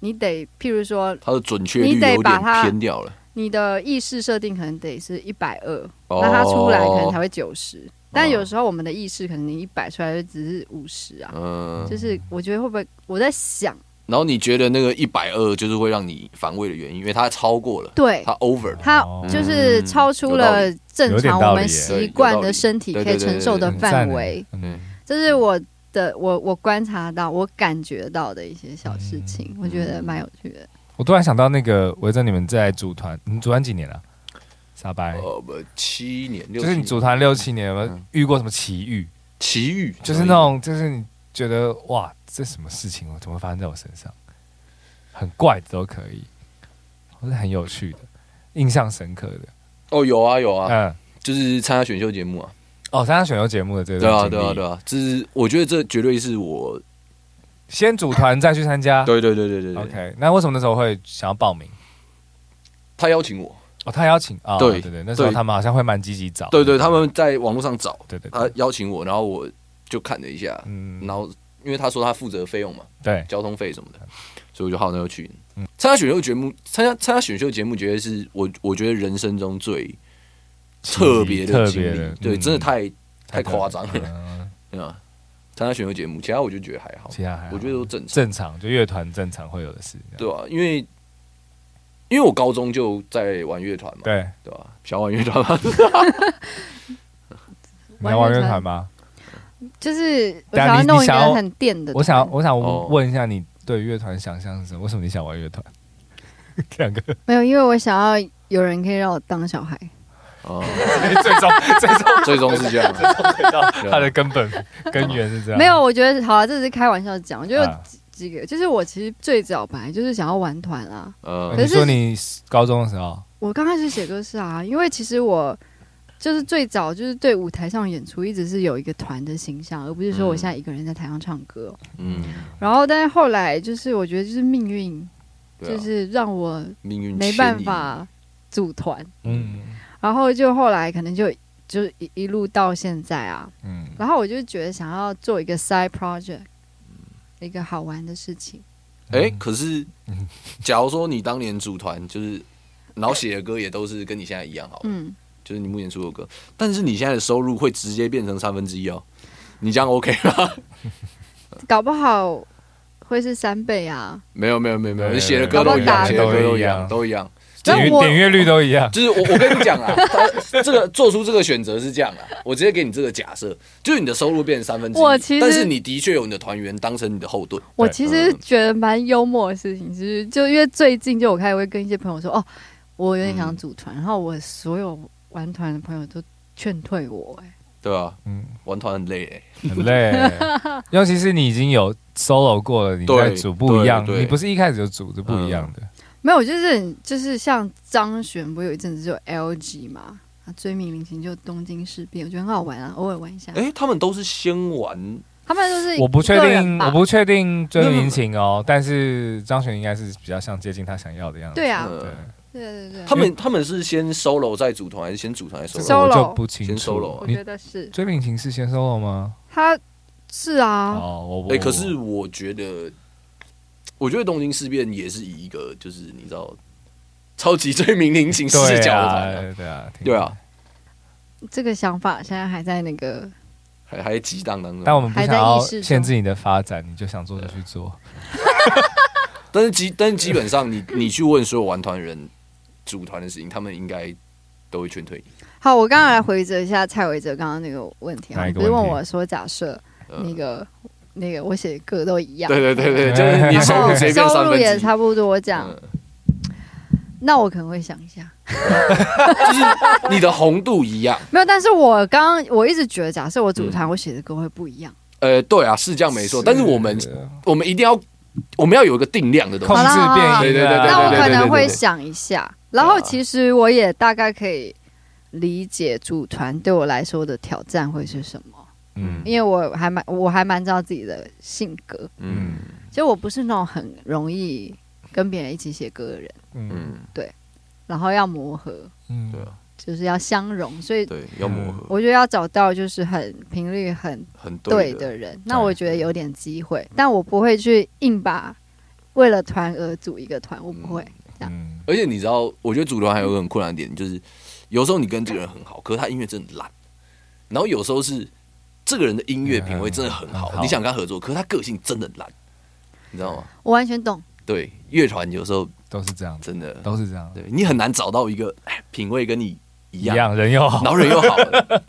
Speaker 2: 你得，譬如说
Speaker 4: 它的准确率
Speaker 2: 你得
Speaker 4: 有
Speaker 2: 把
Speaker 4: 点
Speaker 2: 它
Speaker 4: 偏掉了。
Speaker 2: 你的意识设定可能得是一百二，
Speaker 4: 哦
Speaker 2: 那它出来可能才会九十，但
Speaker 4: 哦
Speaker 2: 有时候我们的意识可能你一百出来就只是五十啊，
Speaker 4: 嗯，
Speaker 2: 就是我觉得会不会我在想，
Speaker 4: 然后你觉得那个一百二就是会让你反胃的原因，因为它超过了，
Speaker 2: 对
Speaker 4: 它 over 了。
Speaker 2: 它
Speaker 1: 哦
Speaker 2: 就是超出了正
Speaker 1: 有点
Speaker 2: 常
Speaker 1: 道
Speaker 2: 我
Speaker 1: 理
Speaker 2: 们
Speaker 1: 有
Speaker 2: 习
Speaker 4: 点
Speaker 2: 惯
Speaker 4: 道
Speaker 2: 的
Speaker 4: 理
Speaker 2: 身体
Speaker 4: 对
Speaker 2: 可以
Speaker 4: 对对
Speaker 2: 承受的
Speaker 4: 对
Speaker 2: 范围，
Speaker 1: 很赞
Speaker 4: 嗯
Speaker 1: 欸，
Speaker 2: 这是我的我我观察到我感觉到的一些小事情，
Speaker 1: 嗯
Speaker 2: 我觉得蛮有趣的。
Speaker 1: 我突然想到那个维珍，你们在组团，你们组团几年了、傻白，
Speaker 4: 呃，不七年，六
Speaker 1: 哎就是你
Speaker 4: 七年
Speaker 1: 组团六七年，有没有
Speaker 4: 嗯
Speaker 1: 遇过什么奇遇？
Speaker 4: 奇遇，
Speaker 1: 就是那种，就是你觉得哇，这什么事情哦，怎么会发生在我身上？很怪的都可以，或是很有趣的、印象深刻的。
Speaker 4: 哦，有啊有啊，
Speaker 1: 嗯，
Speaker 4: 就是参加选秀节目啊，
Speaker 1: 哦，参加选秀节目的这
Speaker 4: 对啊
Speaker 1: 段
Speaker 4: 对
Speaker 1: 经
Speaker 4: 啊
Speaker 1: 历
Speaker 4: 对啊，这是我觉得这绝对是我，
Speaker 1: 先组团再去参加。
Speaker 4: 对对对对对对
Speaker 1: 啊 OK，那为什么那时候会想要报名？
Speaker 4: 他邀请我，
Speaker 1: 哦，他邀请啊，
Speaker 4: 对
Speaker 1: 对对，那时候
Speaker 4: 对
Speaker 1: 他们好像会蛮积极找。
Speaker 4: 对对，他们呃在网络上找，
Speaker 1: 对对
Speaker 4: 他
Speaker 1: 对，
Speaker 4: 邀请我，然后我就看了一下，
Speaker 1: 嗯，
Speaker 4: 然后因为他说他负责费用嘛，
Speaker 1: 对，
Speaker 4: 交通费什么的，所以我就好那就去
Speaker 1: 嗯
Speaker 4: 参加选秀节目，参加参加选秀节目，绝对是我我觉得人生中最特别的
Speaker 1: 特
Speaker 4: 经
Speaker 1: 别
Speaker 4: 历
Speaker 1: 的，，
Speaker 4: 对，
Speaker 1: 嗯
Speaker 4: 真的太太夸张了，
Speaker 1: 嗯
Speaker 4: 对啊，参加选秀节目，其他我就觉得还好，
Speaker 1: 其他还好
Speaker 4: 我觉得都正常，
Speaker 1: 正常，就乐团正常会有的事。
Speaker 4: 对啊，因为因为我高中就在玩乐团嘛，
Speaker 1: 对，
Speaker 4: 对吧、想玩乐团嘛，
Speaker 1: 你要玩乐
Speaker 2: 乐团
Speaker 1: 团吗？
Speaker 2: 就是我
Speaker 1: 等下
Speaker 2: 想要
Speaker 1: 你
Speaker 2: 弄
Speaker 1: 你
Speaker 2: 一
Speaker 1: 想
Speaker 2: 个
Speaker 1: 要
Speaker 2: 很电的团，
Speaker 1: 我想，我想
Speaker 4: 哦
Speaker 1: 问一下你对乐团想象是什么？为什么你想玩乐团？ [LAUGHS] 两
Speaker 4: [LAUGHS]
Speaker 1: 个
Speaker 2: 没有，因为我想要有人可以让我当小孩。
Speaker 4: 哦，
Speaker 1: 最终最终
Speaker 4: 最终是这样，
Speaker 1: 回到
Speaker 4: 对啊
Speaker 1: 它的根本根源是这样。
Speaker 2: 没有，我觉得好啊，这只是开玩笑讲。我觉得有
Speaker 1: 啊，
Speaker 2: 几个，就是我其实最早本来就是想要玩团啊。
Speaker 4: 呃
Speaker 2: 可
Speaker 1: 你
Speaker 2: 是
Speaker 1: 说你高中的时候，
Speaker 2: 我刚开始写歌是啊，因为其实我就是最早就是对舞台上演出一直是有一个团的形象，而不是说我
Speaker 4: 嗯
Speaker 2: 现在一个人在台上唱歌。哦
Speaker 4: 嗯，
Speaker 2: 然后，但是后来就是我觉得就是命运，
Speaker 4: 对啊，
Speaker 2: 就是让我
Speaker 4: 命运
Speaker 2: 没
Speaker 4: 牵
Speaker 2: 办
Speaker 4: 引，
Speaker 2: 法组团，
Speaker 1: 嗯
Speaker 2: 然后就后来可能就就一一路到现在啊，
Speaker 1: 嗯，
Speaker 2: 然后我就觉得想要做一个 side project，一
Speaker 4: 嗯
Speaker 2: 个好玩的事情。
Speaker 4: 哎、可是假如说你当年组团就是。然后写的歌也都是跟你现在一样好了，
Speaker 2: 嗯，
Speaker 4: 就是你目前出的歌，但是你现在的收入会直接变成三分之一哦，你这样 OK 吗？
Speaker 2: 搞不好会是三倍啊。
Speaker 4: 没有没有没有没有，
Speaker 1: 对
Speaker 4: 你写的
Speaker 1: 搞
Speaker 2: 不好
Speaker 4: 歌都一样，
Speaker 2: 打
Speaker 4: 写的歌
Speaker 1: 都
Speaker 4: 都
Speaker 1: 一
Speaker 4: 一
Speaker 1: 样
Speaker 4: 样，都一样。
Speaker 1: 点阅
Speaker 2: 但我
Speaker 1: 点阅率都一
Speaker 2: [LAUGHS]
Speaker 1: 样，
Speaker 4: 就是我，我跟你讲啊， [LAUGHS] 他这个做出这个选择是这样啊，我直接给你这个假设，就是你的收入变成三分之一，
Speaker 2: 我其实
Speaker 4: 但是你的确有你的团员当成你的后盾，
Speaker 2: 我其实
Speaker 1: 嗯
Speaker 2: 觉得蛮幽默的事情，就是就因为最近就我开始会跟一些朋友说，哦，我有点想组团，然后我所有玩团的朋友都劝退我、哎，
Speaker 4: 对吧、啊？
Speaker 1: 嗯，
Speaker 4: 玩团很累、欸，
Speaker 1: 很累，尤其是你已经有 solo 过了，你
Speaker 4: 对
Speaker 1: 再组不一样，
Speaker 4: 对对
Speaker 1: 你不是一开始就组是不一样的，
Speaker 2: 没有，就是很就是像张悬，不有一阵子就 LG 嘛，啊，追名林檎就东京事变，我觉得很好玩啊，偶尔玩一下。
Speaker 4: 哎、他们都是先玩，
Speaker 2: 他们都是
Speaker 1: 我不确
Speaker 2: 一个人
Speaker 1: 定，
Speaker 2: 吧
Speaker 1: 我不确定追
Speaker 4: 没有没有
Speaker 1: 林情哦，但是张悬应该是比较像接近他想要的样子。
Speaker 2: 对啊，
Speaker 4: 呃
Speaker 1: 对，
Speaker 2: 对对对，
Speaker 4: 他们他们是先 solo 再组团，还是先组团再 solo？
Speaker 1: 这个我
Speaker 2: solo
Speaker 1: 就不清
Speaker 4: 先
Speaker 1: 楚
Speaker 4: solo 啊
Speaker 2: 我
Speaker 1: 你
Speaker 2: 觉得是
Speaker 1: 追林情是先 solo 吗？
Speaker 2: 他是啊，
Speaker 1: 哦，我
Speaker 4: 哎、可是我觉得，我觉得东京事变也是以一个就是你知道，超级追名林情视
Speaker 1: 对
Speaker 4: 角的
Speaker 1: 啊
Speaker 4: 团、啊，，
Speaker 1: 对啊，挺
Speaker 4: 对啊，
Speaker 2: 这个想法现在还在那个
Speaker 4: 还还激荡当中。
Speaker 1: 但我们不
Speaker 2: 还
Speaker 1: 想
Speaker 2: 在
Speaker 1: 要
Speaker 2: 意识中
Speaker 1: 限制你的发展，你就想做就去做。
Speaker 4: 但是基但是基本上你， [LAUGHS] 你去问所有玩团人组团的事情，他们应该都会劝退你。
Speaker 2: 好，我刚刚来回折一下蔡维哲刚刚那个问题啊，
Speaker 1: 哪一
Speaker 2: 你
Speaker 1: 个
Speaker 2: 不是
Speaker 1: 问
Speaker 2: 问
Speaker 1: 题
Speaker 2: 我说，假设
Speaker 4: 呃
Speaker 2: 那个、那个我写的歌都一样，
Speaker 4: 对
Speaker 2: [LAUGHS]
Speaker 4: 对对对，就是你
Speaker 2: 然
Speaker 4: 收
Speaker 2: 后 [LAUGHS]
Speaker 4: 入随便
Speaker 2: 收
Speaker 4: 三
Speaker 2: 入
Speaker 4: 分
Speaker 2: 也
Speaker 4: 之一，
Speaker 2: 差不多这样，
Speaker 4: 嗯
Speaker 2: 那我可能会想一下，
Speaker 4: 呃就是你的红度一样。
Speaker 2: 没有，但是我刚刚我一直觉得，假设我组团，我写的歌会不一样。
Speaker 4: 呃，对啊，是这样没错。但是我们我们一定要我们要有一个定量的东
Speaker 1: 啊控
Speaker 4: 西
Speaker 2: 好。啦
Speaker 1: 制
Speaker 2: 好啦
Speaker 1: 变
Speaker 2: 好啦
Speaker 1: 异的啊，
Speaker 2: 那我可能
Speaker 4: 对对对对啊
Speaker 2: 会
Speaker 4: 对
Speaker 2: 想一下，然后其实我也大概可以理解组团对我来说的挑战会是什么，
Speaker 1: 嗯
Speaker 2: 因为我还蛮我还蛮知道自己的性格，
Speaker 4: 嗯
Speaker 2: 其实我不是那种很容易跟别人一起写歌的人，
Speaker 1: 嗯
Speaker 4: 嗯，
Speaker 2: 然后要磨合，
Speaker 1: 嗯，
Speaker 4: 对啊，
Speaker 2: 就是要相融，所以
Speaker 4: 对，要磨合，
Speaker 2: 我觉得要找到就是很频率很
Speaker 4: 很
Speaker 2: 对
Speaker 4: 对的。
Speaker 2: 的人，那我觉得有点机会，但我不会去硬把为了团而组一个团，我不会。
Speaker 1: 嗯，
Speaker 4: 而且你知道，我觉得组团还有一个很困难的点，就是有时候你跟这个人很好，可是他音乐真的烂，然后有时候是这个人的音乐品味真的很
Speaker 1: 嗯
Speaker 4: 好，
Speaker 1: 很好
Speaker 4: 你想跟他合作，可是他个性真的很烂，你知道吗？
Speaker 2: 我完全懂，
Speaker 4: 对，乐团有时候
Speaker 1: 都是这样子，
Speaker 4: 真的，
Speaker 1: 都是这样，
Speaker 4: 对你很难找到一个哎品味跟你一
Speaker 1: 一
Speaker 4: 样，
Speaker 1: 样人又好
Speaker 4: 然，后人又好的，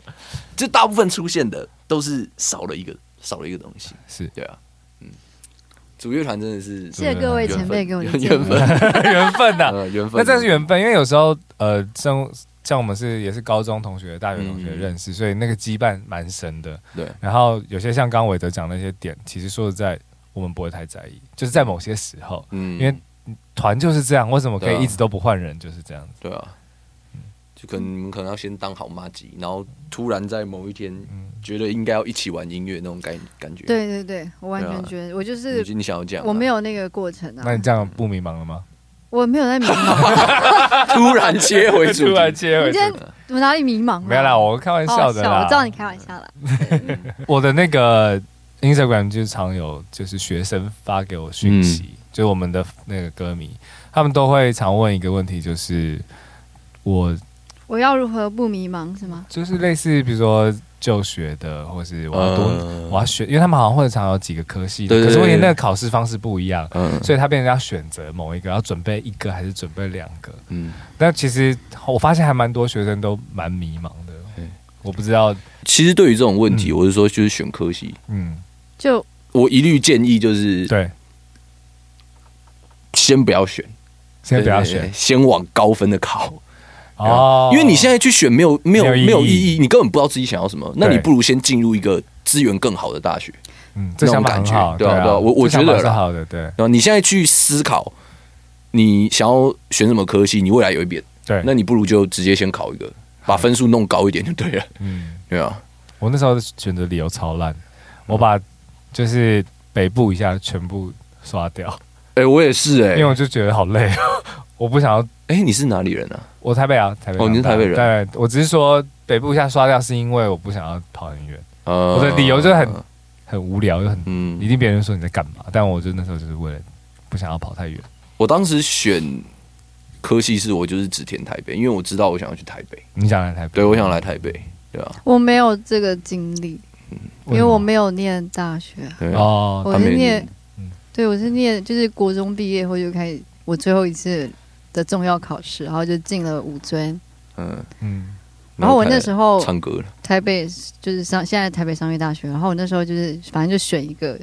Speaker 4: 就大部分出现的都是少了一个少了一个东西，
Speaker 1: 是 [LAUGHS]
Speaker 4: 对啊，嗯，组乐团真的是
Speaker 2: 谢谢各位前辈给我的建
Speaker 4: 缘
Speaker 2: 议。
Speaker 4: 分，
Speaker 1: 缘分啊呐。
Speaker 4: 呃 [LAUGHS] 缘
Speaker 1: 那
Speaker 4: 分，
Speaker 1: 这是缘分，因为有时候呃，像像我们是也是高中同学、大学同学
Speaker 4: 嗯
Speaker 1: 认识，所以那个羁绊蛮深的。
Speaker 4: 对，
Speaker 1: 然后有些像刚刚韦德讲那些点，其实说实在，我们不会太在意，就是在某些时候，
Speaker 4: 嗯
Speaker 1: 因为团就是这样，为什么可
Speaker 4: 对啊
Speaker 1: 以一直都不换人？就是这样子。
Speaker 4: 对啊，
Speaker 1: 嗯
Speaker 4: 就可能可能要先当好妈吉，然后突然在某一天
Speaker 1: 嗯，
Speaker 4: 觉得应该要一起玩音乐那种感感觉。
Speaker 2: 对对对，我完全
Speaker 4: 对啊
Speaker 2: 觉得，我就
Speaker 4: 你，
Speaker 2: 是
Speaker 4: 你想要这样、
Speaker 2: 我没
Speaker 4: 有
Speaker 2: 有那个过程
Speaker 1: 那
Speaker 2: 啊
Speaker 1: 你，这样不迷茫了吗？
Speaker 2: 我没有在迷茫。
Speaker 4: 突然切回主
Speaker 1: [LAUGHS] 突然
Speaker 4: 题，
Speaker 1: 接回
Speaker 2: 你今
Speaker 1: 去
Speaker 2: 天
Speaker 4: 嗯
Speaker 2: 我哪里迷茫了？啊
Speaker 1: 没有啦，我开玩
Speaker 2: 好
Speaker 1: 笑
Speaker 2: 好
Speaker 1: 的
Speaker 2: 笑，
Speaker 1: 啦。
Speaker 2: 我知道你开玩笑啦。
Speaker 1: 我的那个 Instagram 就是常有就是学生发给我讯息，
Speaker 4: 嗯
Speaker 1: 就是我们的那个歌迷，他们都会常问一个问题，就是我
Speaker 2: 我要如何不迷茫是吗？
Speaker 1: 就是类似比如说就学的，或是我要多、
Speaker 4: 嗯
Speaker 1: 我要选，因为他们好像会常有几个科系的，
Speaker 4: 对对对
Speaker 1: 可是问题
Speaker 4: 对
Speaker 1: 那个考试方式不一样，
Speaker 4: 嗯
Speaker 1: 所以他变成要选择某一个，要准备一个还是准备两个？
Speaker 4: 嗯，
Speaker 1: 但其实我发现还蛮多学生都蛮迷茫的
Speaker 4: 对，
Speaker 1: 我不知道，
Speaker 4: 其实对于这种问题，
Speaker 1: 嗯
Speaker 4: 我是说就是选科系，
Speaker 1: 嗯，
Speaker 2: 就
Speaker 4: 我一律建议就是
Speaker 1: 对，
Speaker 4: 先不要选，
Speaker 1: 先不要
Speaker 4: 对对
Speaker 1: 选
Speaker 4: 对先往高分的考。
Speaker 1: 哦，
Speaker 4: 因为你现在去选没有没有
Speaker 1: 没有意义
Speaker 4: 没有意义，你根本不知道自己想要什么，那
Speaker 1: 对
Speaker 4: 你不如先进入一个资源更好的大学。
Speaker 1: 嗯，这想法很好，
Speaker 4: 那种感觉对啊
Speaker 1: 啊，
Speaker 4: 对啊我我
Speaker 1: 这想法
Speaker 4: 觉得
Speaker 1: 是
Speaker 4: 啦
Speaker 1: 好的，对
Speaker 4: 然后你现在去思考，你想要选什么科系，你未来有一边，
Speaker 1: 对。
Speaker 4: 那你不如就直接先考一个，把分数弄高一点就对
Speaker 1: [LAUGHS]
Speaker 4: 了。
Speaker 1: 嗯，
Speaker 4: 对啊，
Speaker 1: 我那时候的选择理由超烂，我把就是北部以下全部刷掉，
Speaker 4: [LAUGHS] 哎、我也是哎、
Speaker 1: 因为我就觉得好累，哦我不想要。
Speaker 4: 哎、你是哪里人啊？
Speaker 1: 我台北啊，台北长大。
Speaker 4: 哦你是台北人
Speaker 1: 对，我只是说北部以下刷掉，是因为我不想要跑很远，
Speaker 4: 呃
Speaker 1: 我的理由就很很无聊，又很一
Speaker 4: 嗯，
Speaker 1: 定别人说你在干嘛，但我就那时候就是为了不想要跑太远。
Speaker 4: 我当时选科系是我就是只填台北，因为我知道我想要去台北，
Speaker 1: 你想来台北？
Speaker 4: 对我想来台北，对啊，
Speaker 2: 我没有这个经历，因为我没有念大学，
Speaker 4: 对啊，
Speaker 1: 哦，
Speaker 2: 我
Speaker 4: 他没
Speaker 2: 是
Speaker 4: 有
Speaker 2: 念
Speaker 1: 嗯，
Speaker 2: 对我是念就是国中毕业后就开始我最后一次的重要考试，然后就进了五专，
Speaker 4: 嗯，
Speaker 1: 嗯，
Speaker 2: 然后我那
Speaker 4: 候
Speaker 2: 时候
Speaker 4: 唱歌了，
Speaker 2: 台北就是上现在台北商业大学，然后我那时候就是反正就选一个，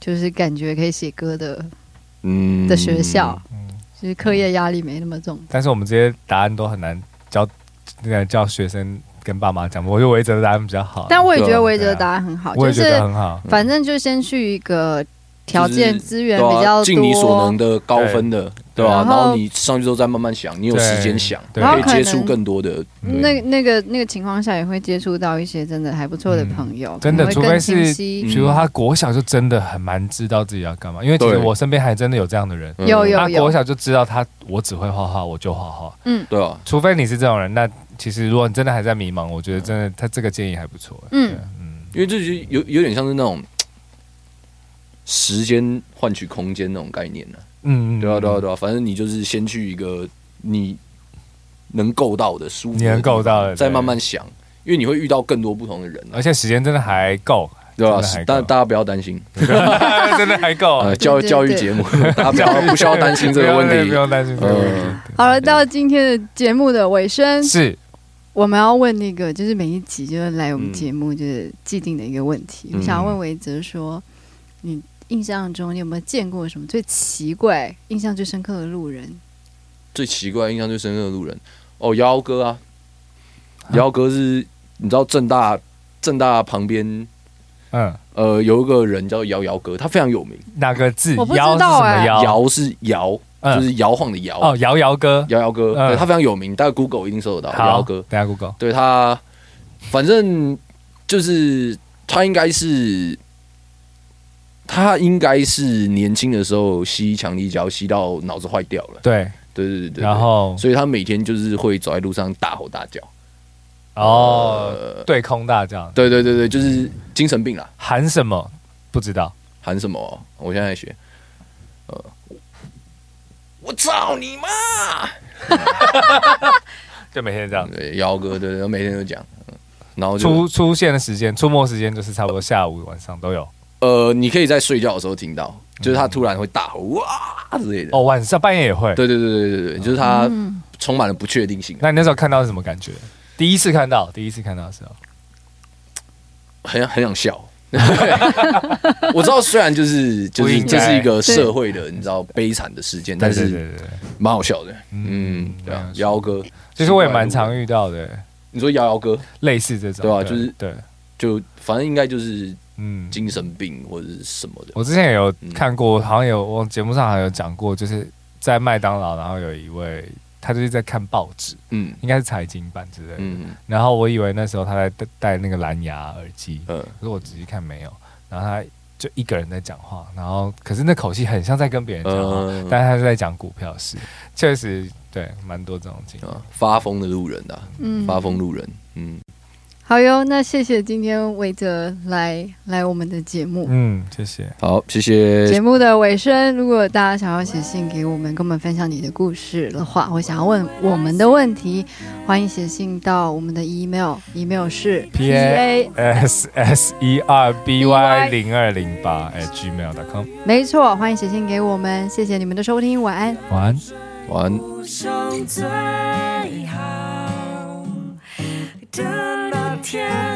Speaker 2: 就是感觉可以写歌的
Speaker 4: 嗯
Speaker 2: 的学校，
Speaker 1: 嗯
Speaker 2: 就是课业压力没那么重。
Speaker 1: 但是我们这些答案都很难教那个教学生跟爸妈讲，我觉得维哲的答案比较好。
Speaker 2: 但我也觉
Speaker 4: 对
Speaker 2: 得
Speaker 4: 啊
Speaker 2: 维哲的答案很好，
Speaker 1: 我
Speaker 2: 就
Speaker 1: 也觉
Speaker 2: 是
Speaker 1: 得很好，
Speaker 2: 反正就先去一个条件
Speaker 4: 就是
Speaker 2: 资源
Speaker 4: 对啊
Speaker 2: 比较
Speaker 4: 尽你所能
Speaker 2: 多，
Speaker 4: 的高分的，对吧、
Speaker 2: 然后
Speaker 4: 然后你上去之后再慢慢想，你有
Speaker 1: 对
Speaker 4: 时间想，
Speaker 1: 对
Speaker 4: 可以接
Speaker 2: 然后可
Speaker 4: 触
Speaker 2: 能
Speaker 4: 更多的。对
Speaker 2: 那
Speaker 1: 嗯
Speaker 2: 那个那个情况下也会接触到一些真的还不错的朋友，
Speaker 1: 嗯真的
Speaker 2: 可能
Speaker 1: 除
Speaker 2: 会
Speaker 1: 非
Speaker 2: 更
Speaker 1: 是
Speaker 2: 清晰。
Speaker 1: 比如说他国小就真的很蛮知道自己要干嘛，因为其实
Speaker 4: 对
Speaker 1: 我身边还真的有这样的人，
Speaker 4: 嗯
Speaker 2: 有有
Speaker 1: 他国小就知道他我只会画画，我就画画。
Speaker 4: 对啊，
Speaker 1: 除非你是这种人，那其实如果你真的还在迷茫，我觉得真的他这个建议还不错。
Speaker 2: 嗯
Speaker 1: 对嗯，
Speaker 4: 因为这就有有点像是那种时间换取空间那种概念呢、
Speaker 1: 嗯，
Speaker 4: 对啊，对啊，对啊，反正你就是先去一个你能够到的舒服的
Speaker 1: 嗯你
Speaker 4: 地方，
Speaker 1: 能够到的
Speaker 4: 再
Speaker 1: 对
Speaker 4: 慢慢想，因为你会遇到更多不同的人啊、
Speaker 1: 而且时间真的还
Speaker 4: [LAUGHS]
Speaker 1: 够， [LAUGHS]
Speaker 4: 对吧、
Speaker 1: 真的还
Speaker 4: 啊？但
Speaker 1: 够
Speaker 4: 大家不要担心，
Speaker 1: 真的还够。
Speaker 4: 呃，教
Speaker 2: 对对
Speaker 4: 教育
Speaker 2: 对
Speaker 4: 节目，大 [LAUGHS] 家不要不需要担心这个问
Speaker 1: 不用不
Speaker 4: 题。
Speaker 1: 用担心这个问题。
Speaker 2: 好了，到今天的节目的尾
Speaker 4: 嗯
Speaker 2: 声，
Speaker 1: 是，
Speaker 2: 我们要问那个，就是每一集就是来我们
Speaker 4: 嗯
Speaker 2: 节目就是既定的一个问题，
Speaker 4: 嗯
Speaker 2: 我想要问维泽说，你印象中你有没有见过什么最奇怪、印象最深刻的路人？
Speaker 4: 最奇怪、印象最深刻的路人，哦，幺哥啊，
Speaker 1: 啊
Speaker 4: 幺哥是，你知道正大正大旁边，
Speaker 1: 嗯，
Speaker 4: 呃，有一个人叫瑶瑶哥，他非常有名，
Speaker 1: 哪个字？
Speaker 2: 我不知
Speaker 1: 摇是什
Speaker 2: 道
Speaker 1: 么
Speaker 2: 哎
Speaker 1: 摇？
Speaker 4: 摇是摇，
Speaker 1: 哦嗯
Speaker 4: 就是摇晃的摇，
Speaker 1: 哦，摇摇哥，
Speaker 4: 瑶瑶哥，
Speaker 1: 嗯
Speaker 4: 对他非常有名，大家 Google 一定搜得到
Speaker 1: 好，
Speaker 4: 瑶瑶哥。
Speaker 1: 等一下 Google。
Speaker 4: 对他，反正就是他应该是，他应该是年轻的时候吸强力胶吸到脑子坏掉了，
Speaker 1: 对，
Speaker 4: 对对对对，
Speaker 1: 然后
Speaker 4: 所以他每天就是会走在路上大吼大叫，
Speaker 1: 哦，
Speaker 4: 呃
Speaker 1: 对空大叫，
Speaker 4: 对对对对，就是精神病啦，
Speaker 1: 喊什么？不知道。
Speaker 4: 喊什么哦？我现在在学，呃，我操你妈！
Speaker 1: 就每天这样。
Speaker 4: 对，瑶瑶哥，对对，他每天都讲，嗯然后就
Speaker 1: 出出现的时间，出没时间就是差不多下午、晚上都有。
Speaker 4: 呃，你可以在睡觉的时候听到，就是他突然会大吼哇之类的。
Speaker 1: 哦，晚上半夜也会。
Speaker 4: 对对对对对对，就是他
Speaker 2: 嗯，
Speaker 4: 充满了不确定性，
Speaker 1: 那你那时候看到是什么感觉？第一次看到，第一次看到的时候，
Speaker 4: 很很想笑。 [LAUGHS] 我知道，虽然就是就
Speaker 1: 不
Speaker 4: 是
Speaker 1: 应
Speaker 4: 这
Speaker 1: 该
Speaker 4: 是一个社会的你知道悲惨的事件，但
Speaker 1: 对
Speaker 4: 是
Speaker 1: 对对对对，
Speaker 4: 蛮好笑的。
Speaker 1: 嗯
Speaker 4: 嗯，对
Speaker 1: 蛮
Speaker 4: 啊
Speaker 1: 好，笑
Speaker 4: 瑶瑶哥，
Speaker 1: 其实我也蛮常遇到
Speaker 4: 啊
Speaker 1: 的，
Speaker 4: 你说瑶瑶哥，
Speaker 1: 类似这种。
Speaker 4: 对啊就是
Speaker 1: 对，
Speaker 4: 就反正应该就是
Speaker 1: 嗯。
Speaker 4: 精神病或者是什么的。
Speaker 1: 我之前也有看过，好像有我节目上好像有讲过，就是在麦当劳，然后有一位他就是在看报纸，
Speaker 4: 嗯
Speaker 1: 应该是财经版之类的。
Speaker 4: 嗯
Speaker 1: 然后我以为那时候他在戴戴那个蓝牙耳 [LAUGHS] 机，
Speaker 4: 呃，
Speaker 1: 可是我仔细看没有，然后他就一个人在讲话，然后可是那口气很像在跟别人讲话，
Speaker 4: 嗯
Speaker 1: 但是他是在讲股票事，确实对，蛮多这种经历。
Speaker 4: 啊发疯的路人啊，
Speaker 2: 嗯
Speaker 4: 发疯路人。嗯，
Speaker 2: 好哟，那谢谢今天韦泽来来我们的节目。
Speaker 1: 嗯，谢谢。
Speaker 4: 好，谢谢
Speaker 2: 节目的尾声，如果大家想要写信给我们，跟我们分享你的故事的话，或想要问我们的问题，欢迎写信到我们的 email，email 是
Speaker 1: P A S S E R B Y 零二零八 at gmail.com，
Speaker 2: 没错，欢迎写信给我们，谢谢你们的收听，晚安。
Speaker 1: 晚安。
Speaker 4: 晚安。
Speaker 3: 无声最好，等到天